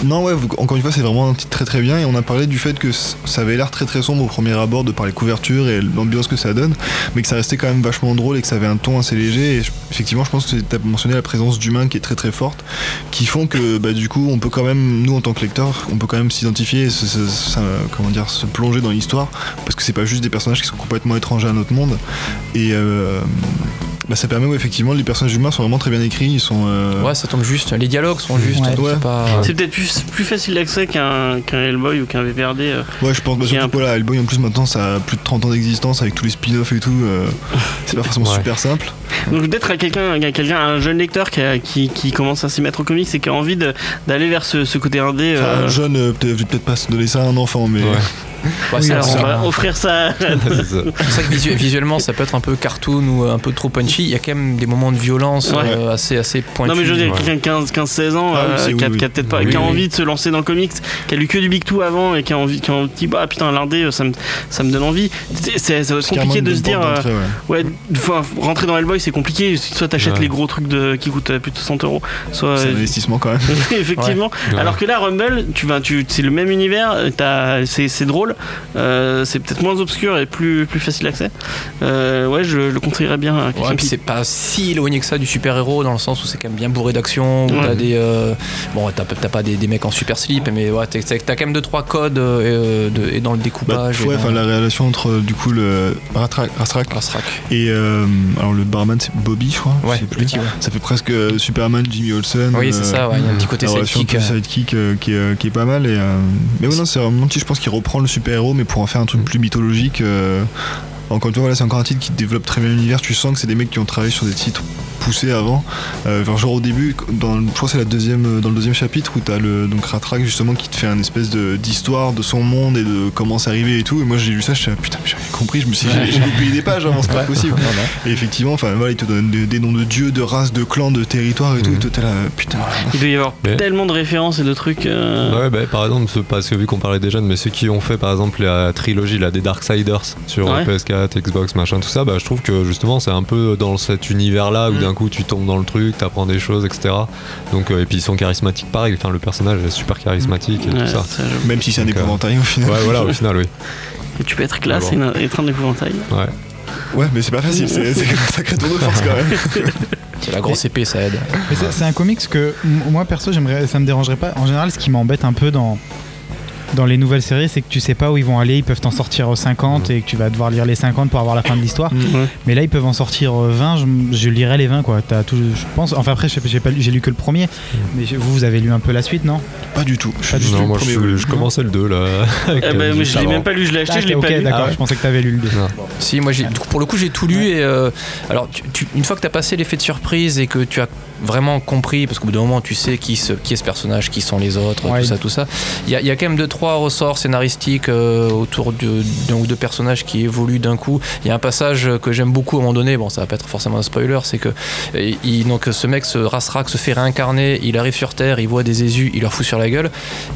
non ouais, vous- encore une fois c'est vraiment un titre très très bien et on a parlé du fait que c- ça avait l'air très très sombre au premier abord de par les couvertures et l'ambiance que ça donne, mais que ça restait quand même vachement drôle et que ça avait un ton assez léger et je- effectivement je pense que tu as mentionné la présence d'humains qui est très très forte, qui font que bah, du coup on peut quand même, nous en tant que lecteurs, on peut quand même s'identifier, et se- se- se- comment dire, se plonger dans l'histoire parce que c'est pas juste des personnages qui sont complètement étrangers à notre monde et euh, bah, ça permet ouais, effectivement les personnages humains sont vraiment très bien écrits, ils sont... euh,
Ouais, ça tombe juste. Les dialogues sont justes.
Ouais.
donc c'est pas-
C'est peut-être plus, plus facile d'accès qu'un qu'un Hellboy ou qu'un VPRD. euh.
Ouais, je pense, bah, surtout voilà, Hellboy en plus maintenant ça a plus de 30 ans d'existence avec tous les spin-offs et tout, euh, c'est pas forcément
Ouais.
super simple.
Donc peut-être à quelqu'un, à quelqu'un, à un jeune lecteur qui, a- qui, qui commence à s'y mettre au comics et qui a envie de- d'aller vers ce, ce côté indé.
Enfin,
Ah,
euh,
un jeune, euh, peut-être peut-être pas se donner ça à un enfant, mais.
Ouais, c'est
alors,
ça.
on va bah, offrir ça. à-
C'est vrai que visu- visuellement, ça peut être un peu cartoon ou euh, un peu trop punchy. Il y a quand même des moments de violence
Ouais.
euh, assez, assez pointus.
Non mais je veux dire quelqu'un de 15-16 ans
Ah oui,
euh,
c'est- oui,
qui a,
oui.
qui a peut-être pas,
Oui,
qui a
oui.
envie de se lancer dans le comics, qui a lu que du Big Two avant et qui a envie, qui a dit bah putain l'indé ça me, ça me donne envie. C'est- C'est ça va être
C'est carrément
compliqué
une
de se dire
bonne porte
euh, ouais, enfin, rentrer dans Hellboy c'est compliqué. Soit t'achètes
Ouais.
les gros trucs de, qui coûtent euh, plus de 100 euros, soit euh,
C'est un investissement quand même.
effectivement.
Ouais.
Alors que là, Rumble, tu vas, tu, c'est le même univers, euh, t'as- c'est c'est drôle, euh, c'est peut-être moins obscur et plus, plus facile d'accès. Euh, ouais, je le conseillerais bien. euh, à quelqu'un
Ouais, puis
qui-
c'est pas si éloigné que ça du super-héros dans le sens où c'est quand même bien bourré d'action, où
Ouais.
t'as des. euh, bon, t'as pas- t'as pas des, des mecs en super slip, mais ouais, t'as t'as- t'as quand même 2-3 codes euh, et, euh, de- et dans le
Bah,
découpage. et
ouais,
dans-
enfin la relation entre euh, du coup le Rastra- Rastrak, et euh, alors le barman c'est Bobby je crois je sais plus. ça fait presque euh, Superman Jimmy Olsen euh,
Oui, c'est ça, ouais, il y a un petit côté
la relation
sidekick,
Ah un peu
euh.
sidekick, euh, qui, est, euh, qui est pas mal et, euh, mais ouais, non c'est vraiment petit je pense qu'il reprend le super héros mais pour en faire un truc plus mythologique euh, encore une fois voilà, c'est encore un titre qui développe très bien l'univers tu sens que c'est des mecs qui ont travaillé sur des titres poussés avant Euh, genre, genre au début dans, le- je crois que c'est la deuxième euh, dans le deuxième chapitre où t'as le donc Ratrak justement qui te fait un espèce de- d'histoire de, son monde et de comment c'est arrivé et tout et moi j'ai lu ça je suis putain mais j'ai rien compris je me suis dit,
Ouais.
j'ai j'ai loupé des pages avant c'est pas
Ouais.
possible et effectivement, enfin voilà, ils te donnent des, des noms de dieux, de races, de clans, de territoires
Mm.
et tout. Et toi, t'es là, euh, putain.
Il doit y avoir
Mais-
tellement de références et de trucs. euh,
Ouais, bah, par exemple, ceux- parce que vu qu'on parlait des jeunes, mais ceux qui ont fait par exemple la trilogie là, des Darksiders sur euh,
Ouais.
PS4, Xbox, machin, tout ça, bah, je trouve que justement c'est un peu dans cet univers là
Mm.
où d'un coup tu tombes dans le truc, t'apprends des choses, etc. Donc, euh, et puis ils sont charismatiques pareil, enfin, le personnage est super charismatique et
Ouais,
tout ça.
ça,
Même si c'est un
Donc, euh,
épouvantail au final.
Ouais, voilà, au final, oui.
Et tu peux être classe
Mais Ah bon.
et Ah être un épouvantail.
Ouais.
Ouais, mais c'est pas facile, c'est c'est un sacré tour de force quand même.
C'est la grosse épée, ça aide.
Mais c'est- c'est un comics que m- moi perso, j'aimerais, ça me dérangerait pas. En général, ce qui m'embête un peu dans dans les nouvelles séries, c'est que tu sais pas où ils vont aller. Ils peuvent t'en sortir euh, 50 et que tu vas devoir lire les 50 pour avoir la fin de l'histoire.
Mm,
Mais là, ils peuvent en sortir euh, 20. Je, m- je lirai les 20 quoi. T'as tout, je pense. Enfin après, je sais pas, j'ai pas lu- j'ai lu que le premier.
Mm.
Mais je- vous, vous avez lu un peu la suite, non
Pas du tout.
Pas du tout.
Non, moi, je, je commençais le 2 là. avec,
Eh ben,
euh,
mais
juste
je l'ai
avant.
même pas lu, je l'ai acheté, je l'ai
ok,
pas lu.
d'accord.
Ah ouais.
Je pensais que t'avais lu le 2
Si, moi, j'ai, du coup, pour le coup, j'ai tout lu. Et euh, alors, tu- tu- une fois que t'as passé l'effet de surprise et que tu as vraiment compris, parce qu'au bout d'un moment, tu sais qui, ce- qui est ce personnage, qui sont les autres,
Ouais.
tout ça, tout ça. Il y a, il y a quand même deux trois ressorts scénaristiques euh, autour de- d'un ou deux personnages qui évoluent d'un coup. Il y a un passage que j'aime beaucoup à un moment donné. Bon, ça va pas être forcément un spoiler, c'est que euh, il- donc ce mec, ce Rasrak, se fait réincarner. Il arrive sur Terre, il voit des Jésus, il leur fout sur la gueule.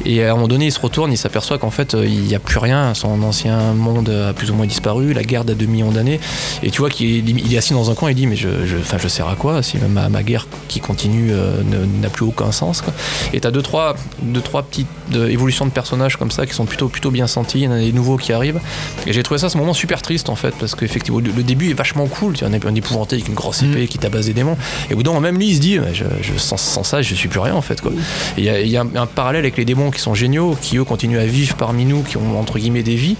Et à un moment donné, il se retourne, il s'aperçoit qu'en fait, euh, il n'y a plus rien. Son ancien monde a plus ou moins disparu. La guerre date de millions d'années. Et tu vois qu'il est, il est assis dans un coin et il dit Mais je, je, enfin, je sers à quoi si ma, ma guerre qui qui continue euh, ne- n'a plus aucun sens. Quoi. Et t'as deux trois, deux, trois petites euh, évolutions de personnages comme ça qui sont plutôt, plutôt bien senties. Il y en a des nouveaux qui arrivent. Et j'ai trouvé ça à ce moment super triste en fait, parce qu'effectivement, le le début est vachement cool. Tu vois, on est un épouvanté avec une grosse épée qui tabasse des démons. Et au bout d'un moment, même lui, il se dit, Ouais, je, je- sans, sans ça, je suis plus rien en fait. quoi. Et Il y a, il y a un, un parallèle avec les démons qui sont géniaux, qui eux continuent à vivre parmi nous, qui ont entre guillemets des vies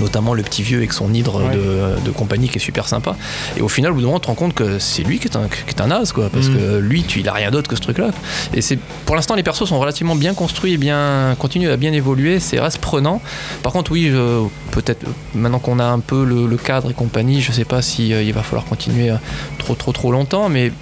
notamment le petit vieux avec son hydre
Ouais.
de, de compagnie qui est super sympa. Et au final, au bout d'un moment, tu te rends compte que c'est lui qui est un, qui est un as, quoi, parce
Mhm.
que lui, tu, il a rien d'autre que ce truc-là. Et c'est, pour l'instant, les persos sont relativement bien construits et bien, continuent à bien évoluer, c'est reste prenant. Par contre, oui, je- peut-être euh, maintenant qu'on a un peu le, le cadre et compagnie, je sais pas si euh, il va falloir continuer euh, trop, trop, trop longtemps, mais ouais,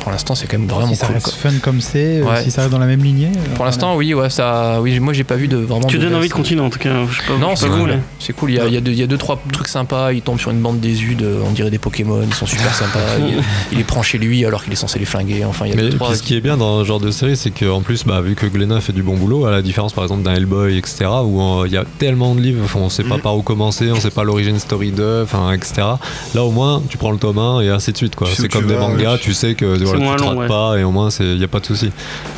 pour l'instant, c'est quand même vraiment
si ça
cool,
reste
quoi.
fun comme c'est, euh,
Ouais.
si ça reste dans la même lignée. euh,
Pour l'instant, oui, ouais, ça, oui, moi j'ai pas vu de vraiment.
Tu
de euh,
donnes
baisse.
envie de continuer, en tout cas. Je sais pas-
Non,
je sais
c'est
pas vous,
cool.
là.
C'est cool. Il y, a, il y a deux, il y a deux, trois trucs sympas. Il tombe sur une bande désude, euh, on dirait des Pokémon. Ils sont super sympas. il, il les prend chez lui alors qu'il est censé les flinguer. Enfin, il y a
Mais
deux, trois.
puis ce qui est bien dans ce genre de série, c'est qu'en plus, bah, vu que Glénat fait du bon boulot, à la différence par exemple d'un Hellboy, etc., où euh, il y a tellement de livres, enfin, on sait pas
Mm.
par où commencer, on sait pas l'origine story d'eux, enfin, etc. Là au moins, tu prends le tome 1 et ainsi de suite. quoi.
Tu sais
C'est
où tu
comme des
vas,
mangas,
ouais.
tu sais que
C'est
voilà,
moins
tu te
long,
rates
ouais.
pas et au moins, il n'y a pas de souci.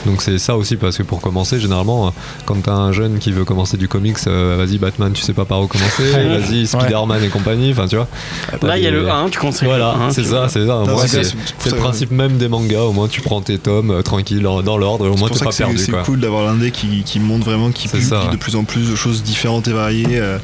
Donc c'est ça aussi, parce que pour commencer, généralement, euh, quand t'as un jeune qui veut commencer du comics, euh, vas-y Batman, tu sais pas par où commencer,
Ouais.
vas-y
Ouais.
Spider-Man et compagnie, enfin tu vois.
Là,
T'as
il y a
des-
le 1, tu commences avec le
Voilà,
1,
c'est
tu
ça,
vois.
c'est ça.
Putain,
Moi,
c'est
c'est
bien, c'est-
c'est le principe même des mangas. Au moins, tu prends tes tomes euh, tranquille en- dans l'ordre. Au
C'est
moins,
pour
t'es
ça
pas
que c'est-
perdu.
c'est
quoi.
cool d'avoir l'indé qui, qui montre vraiment qui publie
ça, ouais.
de plus en plus de choses différentes et variées euh,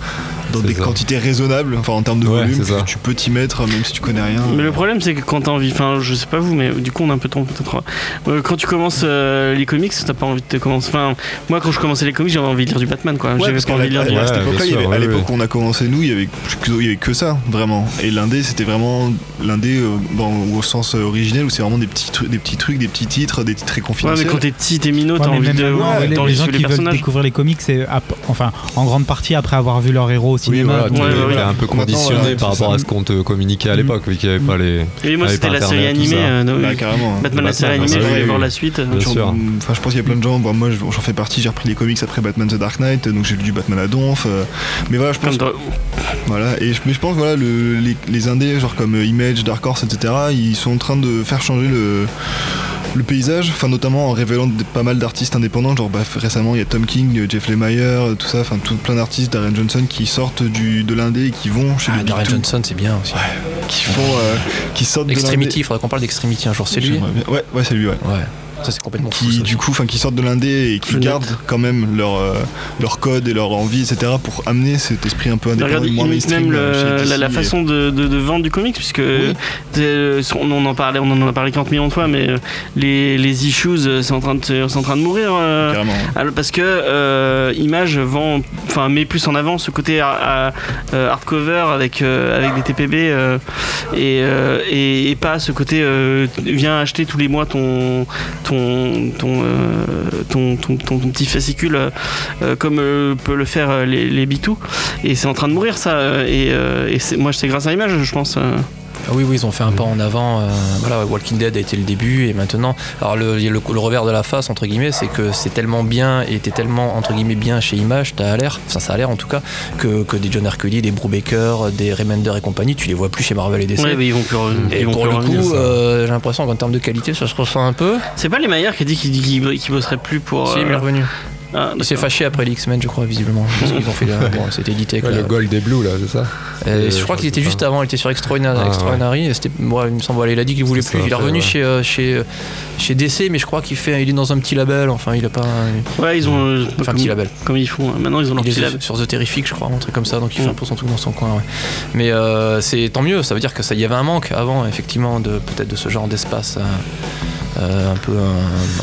dans
C'est
des
ça.
quantités raisonnables, enfin en termes de
Ouais,
volume,
c'est ça.
que tu peux t'y mettre euh, même si tu connais rien.
Mais le problème, c'est que quand t'as envie, enfin, je sais pas vous, mais du coup, on a un peu de temps peut-être. Euh, quand tu commences euh, les comics, t'as pas envie de te commencer. Enfin, moi, quand je commençais les comics, j'avais envie de lire du Batman, quoi.
Ouais,
j'avais
parce
pas
qu'à
envie de
la-
lire du
à à cette
Ouais,
époque-là,
bien
il y
sûr,
avait-
ouais,
à
ouais.
l'époque où on a commencé, nous, il y avait, plus que- il y avait que ça, vraiment. Et l'indé, c'était vraiment l'indé euh, dans- au sens euh, originel, où c'est vraiment des petits, trucs, des petits trucs, des petits titres, des titres très
Ouais,
confidentiels.
mais quand t'es petit, t'es minot,
Ouais,
t'as
mais
envie
même
de
maintenant,
ouais,
les,
t'as envie
les
de
gens
suivre les
qui veulent
personnages.
découvrir les comics, c'est ap- enfin en grande partie après avoir vu leur héros au
Oui,
cinéma.
voilà,
donc,
t'es-
euh,
t'es un peu
Maintenant,
conditionné
voilà,
par
c'est
rapport
ça.
à ce qu'on te communiquait à l'époque, vu qu'il n'y avait pas les.
Et
Ah
moi,
avec
c'était la
Internet,
série
tout
animée.
ça.
euh, non,
Bah, carrément, hein.
Batman, la série
Batman,
animée, je
bah,
voulais
oui,
voir
oui.
la suite. euh,
Bien sûr. Enfin, je pense qu'il y a plein de gens. Bon, moi, je- j'en fais partie. J'ai repris les comics après Batman The Dark Knight, donc j'ai lu du Batman à Donf. euh, mais voilà, je pense.
Comme
Voilà. Et je, mais je pense voilà, le- les, les indés, genre comme euh, Image, Dark Horse, etc. Ils sont en train de faire changer le le paysage, enfin notamment en révélant des- pas mal d'artistes indépendants, genre bah, récemment il y a Tom King, euh, Jeff Lemire, euh, tout ça, enfin tout plein d'artistes, Darren Johnson qui sortent du, de l'indé et qui vont chez
Ah,
le
Darren
Big Two,
Johnson, c'est bien aussi.
qui font, euh, qui sortent de l'indé.
Extremity, il faudrait qu'on parle d'Extremity un jour. C'est lui.
J'aimerais bien. Ouais, ouais, c'est lui, ouais.
Ça, c'est complètement fou.
Qui du coup, enfin, qui sortent de l'indé et qui
Je
gardent quand même leur, euh, leur code et leur envie, etc., pour amener cet esprit un peu indépendant,
Regardez,
et moins
imitent
mainstream.
même le-
euh, chez
la, la
DC, et-
façon de, de- de vendre du comics, puisque euh, son- on, en parlait, on en a parlé 40 millions de fois, mais euh, les, les issues, euh, c'est en train de, se- c'est en train de mourir. euh,
hein.
alors, parce que euh, Image vend, enfin, met plus en avant ce côté à- à- euh, hardcover avec, euh, avec des TPB euh, et, euh, et, et pas ce côté euh, viens acheter tous les mois ton, ton, ton, euh, ton, ton, ton- ton petit fascicule euh, euh, comme euh, peut le faire euh, les, les B2. Et c'est en train de mourir ça. euh, Et, euh, et c'est- moi, c'est grâce à Image, je pense. euh.
Ah oui, oui, ils ont fait un pas en avant. euh, voilà, Walking Dead a été le début et maintenant, alors le, il y a le, le revers de la face entre guillemets, c'est que c'est tellement bien et t'es tellement entre guillemets bien chez Image, t'as l'air, enfin ça a l'air en tout cas que, que des John Arcudi, des Brubaker, des Remender et compagnie, tu les vois plus chez Marvel et DC.
Ouais, mais ils vont plus re-
Et
ils vont
pour
plus
le
revenir,
coup,
ça.
euh, j'ai l'impression qu'en termes de qualité, ça se ressent un peu.
C'est pas les Maillard qui a dit qu'il qu'il- qu'il bosserait plus pour.
Si, il est revenu.
Ah,
Il s'est fâché après les X-Men, je crois, visiblement. Parce qu'ils ont fait la- bon, c'était édité. avec
Ouais,
la-
le Gold des Blue, là, c'est ça
Euh,
Euh,
je crois qu'il était juste avant, il était sur Extraordinary.
Ah, ouais.
Extraordinary, et c'était, moi, il me semble, voilà, il a dit qu'il voulait
ça,
plus. Il est
après,
revenu
ouais.
chez, euh, chez, euh, chez DC, mais je crois qu'il fait, il est dans un petit label. Enfin, il a pas. un-
Ouais, ils ont. euh,
Enfin, un
comme-
petit label.
Comme ils font. hein. Maintenant, ils ont leur
Il est
petit label.
sur The Terrific, je crois, un truc comme ça. Donc
Mm.
il fait un peu son truc dans son coin. ouais. Mais euh, c'est tant mieux. Ça veut dire que ça, il y avait un manque avant, effectivement, de peut-être de ce genre d'espace. euh, euh, un peu un,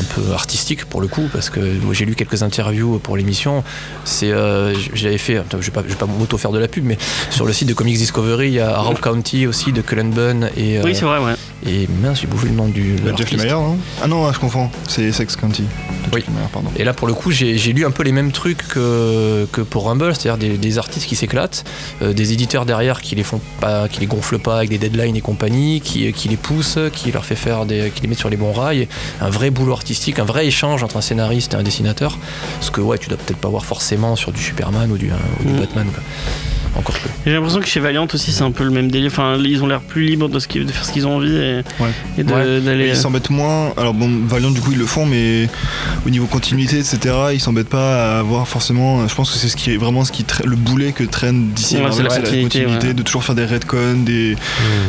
un peu artistique pour le coup parce que moi, j'ai lu quelques interviews pour l'émission c'est euh, j'avais fait putain, je vais pas, je vais pas m'auto faire de la pub mais sur le site de Comics Discovery il y a Arrow County aussi de Cullen Bunn et euh,
Oui, c'est vrai, ouais.
et mince j'ai bouffé le nom du
Bah, Jeff Lemire, non Ah non, je confonds. C'est Sex County.
oui. Et là, pour le coup, j'ai j'ai lu un peu les mêmes trucs que, que pour Rumble, c'est-à-dire des, des artistes qui s'éclatent, euh, des éditeurs derrière qui les font pas, qui les gonflent pas avec des deadlines et compagnie, qui, euh, qui les poussent, qui leur fait faire des, qui les mettent sur les bons rails, un vrai boulot artistique, un vrai échange entre un scénariste et un euh, Mm. dessinateur, ce que ouais, tu dois peut-être pas voir forcément sur du Superman ou du, ou du Batman. quoi. Encore plus.
J'ai l'impression que chez Valiant aussi, c'est un peu le même délire. Enfin, ils ont l'air plus libres de, ce qu'ils- de faire ce qu'ils ont envie et, et de-
Ouais.
d'aller. euh.
Mais Ils s'embêtent moins. Alors bon, Valiant du coup ils le font, mais au niveau continuité, etc. Ils s'embêtent pas à avoir forcément. euh, Je pense que c'est ce qui est vraiment ce qui tra- le boulet que traîne d'ici. à
Ouais, c'est
Marvel,
la continuité, ouais.
de toujours faire des retcons, des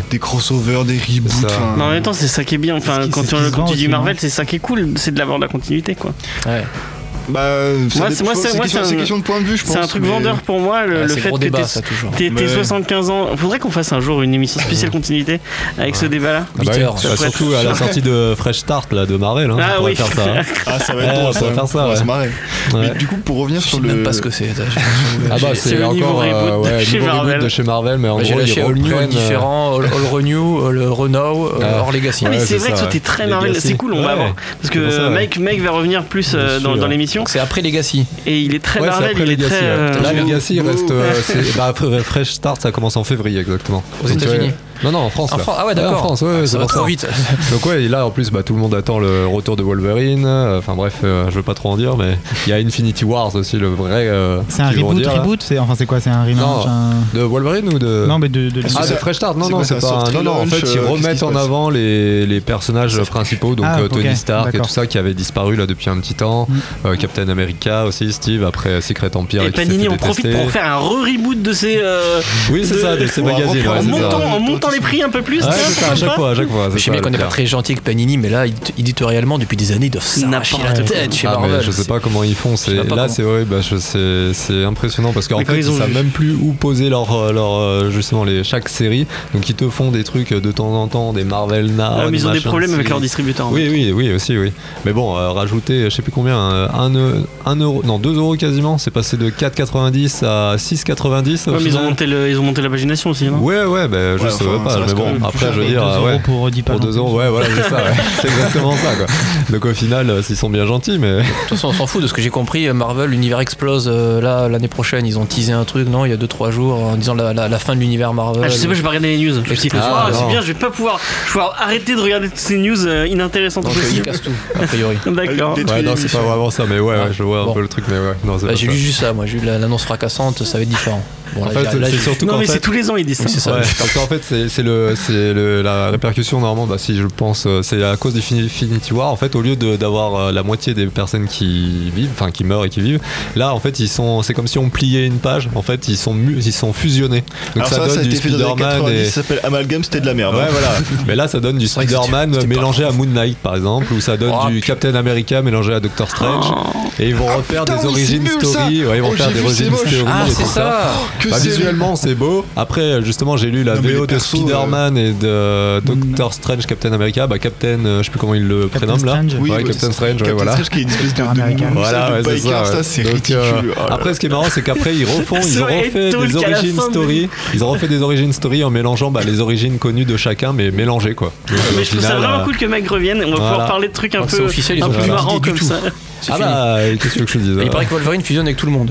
des crossovers, des reboots. enfin,
Mais en même temps, Mm. c'est ça qui est bien. Enfin,
C'est ce qui-
quand
c'est ce
on
qui
le
se vend
continue
aussi,
du Marvel,
non
c'est ça qui est cool, c'est de l'avoir de la continuité, quoi.
Bah, ça
Moi,
dépend-
c'est moi, c'est
c'est
moi,
question-
c'est un-
c'est question de point de vue, je
C'est un
pense,
truc
mais-
vendeur pour moi, le,
Ah,
le
c'est
fait
gros
que
débat,
t'es-
ça, toujours.
Ah
t'es t'es
Ouais.
75 ans. Faudrait qu'on fasse un jour une émission spéciale continuité avec ce débat-là.
Ah bah oui, bah surtout à la sortie de Fresh Start là, de Marvel. Hein,
Ah
on pourrait
oui.
faire ça. hein.
Ah, ça va être
Ouais,
drôle,
on
ça.
pourrait faire ça.
On va
ouais.
se marrer.
Ouais.
Mais du coup, pour revenir sur
Je sais
le.
même pas ce que c'est. t'as- j'ai-
Ah bah
j'ai-
c'est encore euh, ouais, nouveau reboot de chez Marvel, mais en
Ouais, J'ai
gros ils
lâché All New, All
reprennent. euh,
Différent, All, All Renew, All Renew, All
Ah.
All Legacy.
Ah, mais c'est vrai que toi, t'es très Marvel, c'est cool, on va voir. Parce que euh, Mike, Mike va revenir plus euh, dans,
sûr.
dans l'émission.
C'est après Legacy.
Et il est très
ouais, c'est
Marvel,
après
il est
Legacy.
très.
ouais.
euh,
Là,
Ouh.
Legacy reste. euh,
Ouais.
c'est- bah, après, Fresh Start, ça commence en février exactement.
Aux
Donc,
États-Unis.
ouais. Non, non, en France.
En
là.
Fran- ah ouais,
en
d'accord.
France, ouais,
Ah,
ouais,
ça
c'est
va
pour
trop vite.
Donc, ouais, et là en plus, bah, tout le monde attend le retour de Wolverine. euh, Enfin, bref, euh, je veux pas trop en dire, mais il y a Infinity Wars aussi, le vrai. euh,
C'est un
qu'ils vont
reboot,
dire, là.
reboot c'est, Enfin, c'est quoi C'est un remake
Non,
un-
de Wolverine ou de.
Non, mais de- de-
Ah,
C'est
de
ça.
Fresh Start, non,
C'est
non,
quoi,
c'est
c'est un
pas.
soft
Non, non, en
relaunch,
fait, ils
euh, qu'est-ce
remettent
qui
en
se passe
avant les, les personnages principaux, donc
Ah,
euh, Tony
ok,
Stark et tout
d'accord. Mm.
ça, qui avait disparu là depuis un petit temps. Euh, Captain America aussi, Steve, après euh, Secret Empire.
Et
qui s'est
Panini
fait
en profite
détester.
pour faire un re-reboot de ces. euh,
Oui, c'est
de-
ça, de ces
En hein,
magazines, ouais,
montant-
c'est
En
ça.
montant, les prix un peu plus.
Ouais,
tu vois,
c'est ça, à
pourquoi
chaque fois, à chaque fois. c'est
Je sais
ça,
bien qu'on
le
n'est pas
père.
très gentil avec Panini, mais là, éd- éditorialement, depuis des années, ils doivent s'arracher la tête chez
Ah, mais
Marvel.
je sais pas comment ils font. C'est
sais pas
là,
comment.
c'est ouais, bah, je- c'est c'est impressionnant parce qu'en
Mais quand
fait, ils
ils ont
savent
vu-
même plus où poser leur euh, leur euh, justement les chaque série. Donc ils te font des trucs euh, de temps en temps, des Marvel Now.
Ah, mais ils ont des
machins,
problèmes avec hein.
si-
leurs distributeurs, en
Oui, oui, oui, aussi, oui. Mais bon, euh, rajouter, je sais plus combien, 1 euro, non 2 euros quasiment. C'est passé de 4,90 à 6,90. au
Ouais, mais ils ont
final.
monté le- ils ont monté la pagination aussi, hein. non
Ouais, ouais, bah, je
Ouais,
savais
enfin, ça
pas, mais
reste quand
bon,
même plus
après,
cher
je veux
que
dire,
deux
ouais,
euros pour euh, dix
pour
pages en
2 euros, ouais, voilà, c'est ça, ouais. c'est exactement ça, quoi. Donc au final, euh, s'ils sont bien gentils, mais.
De toute façon, on s'en fout de ce que j'ai compris. Marvel, l'univers explose euh, là l'année prochaine. Ils ont teasé un truc, non Il y a 2-3 jours en disant la, la- la fin de l'univers Marvel.
Ah, je sais pas, je vais regarder les news. Je me dis,
Ah,
ah, c'est
non.
bien, je vais pas pouvoir. Je vais pouvoir arrêter de regarder toutes ces news euh, inintéressantes.
Donc, euh, ils cassent tout, a priori.
euh,
D'accord.
Ouais, non, c'est pas vraiment ça, mais ouais, ouais, je vois un peu le truc, mais ouais. Non, c'est
Bah,
pas
j'ai
ça.
lu juste ça, moi. J'ai eu la- l'annonce fracassante, ça va être différent. Bon,
En
là,
fait,
j'ai- là,
c'est
j'ai-
surtout qu'en fait-
Oui, c'est ça.
Ouais, parce qu'en fait, c'est c'est le, c'est le- la répercussion normalement. Bah, si je pense, euh, c'est à cause du Fini- Infinity War. En fait, au lieu de- d'avoir euh, la moitié des personnes qui vivent, enfin qui meurent et qui vivent, là, en fait, ils sont. C'est comme si on pliait une page. En fait, ils sont mu- ils sont fusionnés. Donc
Alors
ça,
ça,
donne
ça a
du
été fait dans les années
Spider-Man
90,
et
ça s'appelle Amalgam, c'était de la merde.
Ouais,
hein.
voilà. Mais là, ça donne du Spider-Man mélangé à Moon Knight, par exemple, ou ça donne
Oh,
du Captain America mélangé à Doctor Strange. Et ils vont refaire
Ah, putain,
des
oui,
origin
c'est nul, ça.
story. Ouais, ils vont
Oh,
faire
j'ai
des
vu, c'est
origin
moche.
story.
Ah,
et
c'est
tout
ça. Oh, que
Bah,
c'est
visuellement, c'est beau. Après, justement, j'ai lu la
Non, mais euh,
VO
les
de
persos,
Spider-Man et de Doctor Strange, Captain America. Bah, Captain, euh, je sais plus comment il le prénomme là.
Strange. Oui,
Ouais,
ouais,
Captain
c'est ça.
Strange, ouais,
Captain
voilà.
Strange qui est une espèce de- de Américain. moussa,
Voilà,
de
ouais, c'est
biker,
ça.
ça,
ouais.
c'est
Donc, euh,
ridicule. Oh là
Après, ce qui est marrant, c'est qu'après, ils refont, ils
C'est
ont
vrai,
refait
Hulk
des
à la
origin
fin de-
story. Ils ont refait des origin story en mélangeant bah, les origines connues de chacun, mais mélangées quoi. Donc, au
Mais je trouve ça
final,
vraiment
euh,
cool que Mike revienne. On va
voilà.
pouvoir parler de trucs un peu, un peu marrants comme ça.
Ah bah, euh, qu'est-ce que tu veux que je te dise
Il paraît que
euh
Wolverine fusionne avec tout le monde.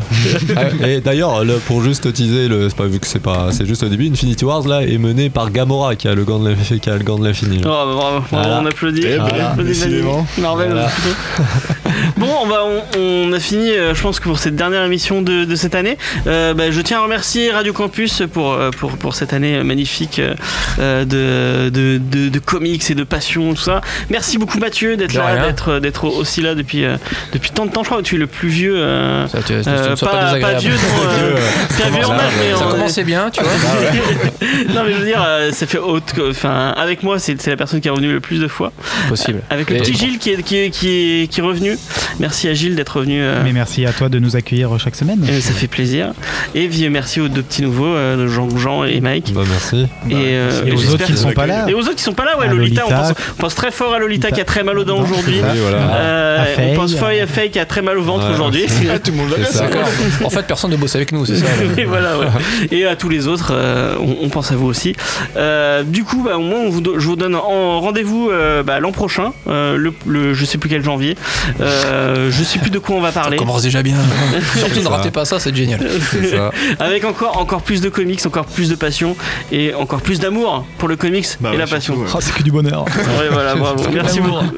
Ah, Et d'ailleurs, le- pour juste teaser, le, c'est pas vu que c'est pas, c'est juste au début, Infinity Wars là est mené par Gamora qui a le gant de l'infini. Qui a le gant de l'infini
Oh,
là.
bah, bravo,
Voilà.
on applaudit.
Eh ben,
on applaudit
décidément.
Vanille. Marvel.
Voilà.
plutôt. bon, on, va, on, on a fini, euh, je pense, que pour cette dernière émission de, de cette année. Euh, bah, je tiens à remercier Radio Campus pour, euh, pour, pour cette année magnifique euh, de, de, de, de comics et de passion, tout ça. Merci beaucoup, Mathieu, d'être
De
là,
rien.
d'être, d'être aussi là depuis, euh, depuis tant de temps. Je crois que tu es le plus vieux. euh,
tu- tu-
euh,
ne sois pas
pas,
désagréable.
vieux, dans, euh,
Vieux, euh,
pas vieux en
ça
âge, mais
ça
en-
commençait bien, tu vois.
non mais je veux dire, euh, ça fait haute. que- Enfin, avec moi, c'est c'est la personne qui est revenue le plus de fois.
Possible.
Avec le
Et-
petit Gilles qui est, qui, est, qui, est, qui est revenu. Merci à Gilles d'être revenu. euh,
Mais merci à toi de nous accueillir chaque semaine.
et ça fait plaisir. Et puis, merci aux deux petits nouveaux, euh, Jean-Jean et Mike.
Bah merci.
Et, euh,
Et aux
j'espère
autres qui
que-
sont pas là.
Et aux autres qui sont pas là, ouais,
À
Lolita,
Lolita.
On, pense, on pense très fort à Lolita qui a très mal aux dents aujourd'hui.
ça. Oui, voilà.
Ah,
Euh,
À Faye.
on pense fort à Faye qui a très mal au ventre
Ouais.
aujourd'hui.
Ah, tout le monde va bien, C'est ça. d'accord. En fait, personne ne bosse avec nous, c'est ça.
et voilà, ouais. Et à tous les autres, euh, on, on pense à vous aussi. Euh, du coup, bah, au moins, on vous do- je vous donne en rendez-vous euh, bah, l'an prochain, euh, le, le- je sais plus quel janvier. Euh, Euh, je sais plus de quoi on va parler.
commence déjà bien. Surtout
C'est
ne
ça.
ratez pas ça, c'est génial.
Avec encore, encore plus de comics, encore plus de passion et encore plus d'amour pour le comics
Bah
et la passion.
Ah, c'est que du bonheur.
Ouais, voilà, bravo.
C'est que
Merci
de
beaucoup.
l'amour.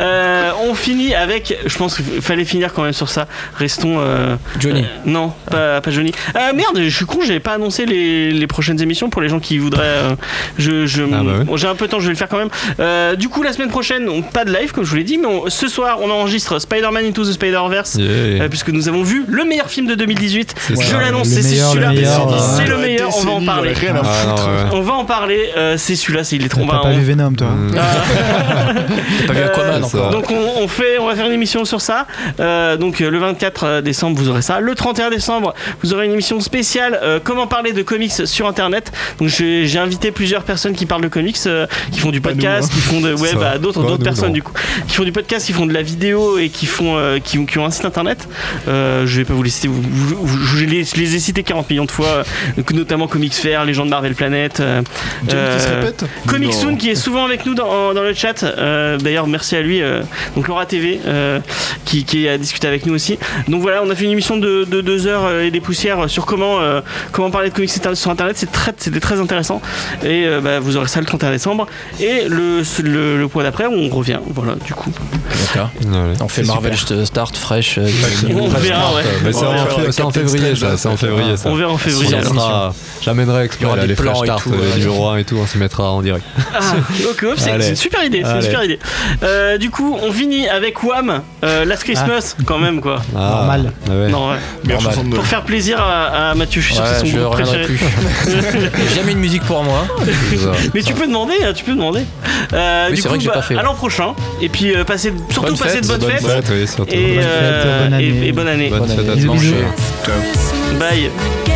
Euh, on finit avec, je pense qu'il fallait finir quand même sur ça. Restons. euh,
Johnny.
euh, non, pas, pas Johnny. Ah merde, je suis con, j'avais pas annoncé les, les prochaines émissions pour les gens qui voudraient. euh, je, je-
Ah, bah ouais.
bon, j'ai un peu de temps, je vais le faire quand même. Euh, du coup, la semaine prochaine, on, pas de live comme je vous l'ai dit, mais on- ce soir, on enregistre Spider-Man Into the Spider-Verse.
Yeah.
euh, puisque nous avons vu le meilleur film de 2018.
C'est
Je
ça.
l'annonce,
Le
c'est c'est
meilleur, le
celui-là.
meilleur, euh,
C'est
ouais.
le meilleur, on va en parler.
Rien à
Ah, non,
foutre.
ouais.
On va en parler, euh, c'est celui-là, c'est il est trop
T'as
bah,
pas
on-
vu Venom, toi
T'as
Euh,
pas vu Aquaman encore.
donc on, on fait, on va faire une émission sur ça. Euh, donc euh, le 24 décembre vous aurez ça. Le 31 décembre vous aurez une émission spéciale euh, comment parler de comics sur internet. Donc j'ai j'ai invité plusieurs personnes qui parlent de comics, euh, qui font du
Pas nous,
podcast,
hein.
qui font de
Ça.
web, à d'autres
Pas
d'autres
nous,
personnes
non.
du coup, qui font du podcast, qui font de la vidéo et qui font, euh, qui, ont- qui ont un site internet. Euh, je vais pas vous les citer, vous- vous- vous- je, les, je les ai cités 40 millions de fois, euh, notamment Comics Fair, les gens de Marvel Planet. euh,
Johnny qui se répète
Comic
Non.
Soon qui est souvent avec nous dans, dans le chat. Euh, D'ailleurs, merci à lui. euh, donc Laura TV euh, qui, qui a discuté avec nous aussi. Donc voilà, on a fait une émission de, de deux heures euh, et des poussières sur comment euh, comment parler de comics inter- sur internet. C'est très c'était très intéressant. Et euh, bah, vous aurez ça le 31 décembre. Et le le, le point d'après, on revient. Voilà, du coup.
D'accord.
Ouais.
On fait Marvel Start, Fresh. euh,
On verra, ouais.
Mais c'est
On
en,
verra.
fait- c'est en février, ça. C'est en février, ça.
On verra en février.
On
alors.
lancera- J'amènerai exprès
Il y aura
là,
des
les
plans
flash
et
tarts,
tout,
les
ouais.
numéros 1 et tout, on s'y mettra en direct.
Ah, ok, hop, c'est
Allez.
c'est une super idée, c'est une
Allez.
super idée. Euh, du coup, on finit avec Wham, euh, Last Christmas, quand même quoi.
Ah,
Normal.
ouais.
Non, ouais.
Mais en
Normal.
69.
Pour faire plaisir à, à Mathieu, je suis sûr que
Ouais,
c'est son
je
groupe
reviendrai
préféré.
plus. Jamais une musique pour moi.
c'est ça.
Mais tu peux demander, hein, tu peux demander. Euh,
Oui,
du
c'est
coup,
vrai que j'ai
bah,
pas fait,
à
ouais.
l'an prochain. Et puis, euh, passez, surtout
Bonne
passez
fête,
de bonnes
bonne
fêtes.
Fête, oui, surtout.
Et,
Bonne fête,
euh,
bonne
et-
année.
et bonne année.
Bonne
Bonne
fête à
année.
tous.
Bisous, bisous.
Ciao.
Bye.
Bye.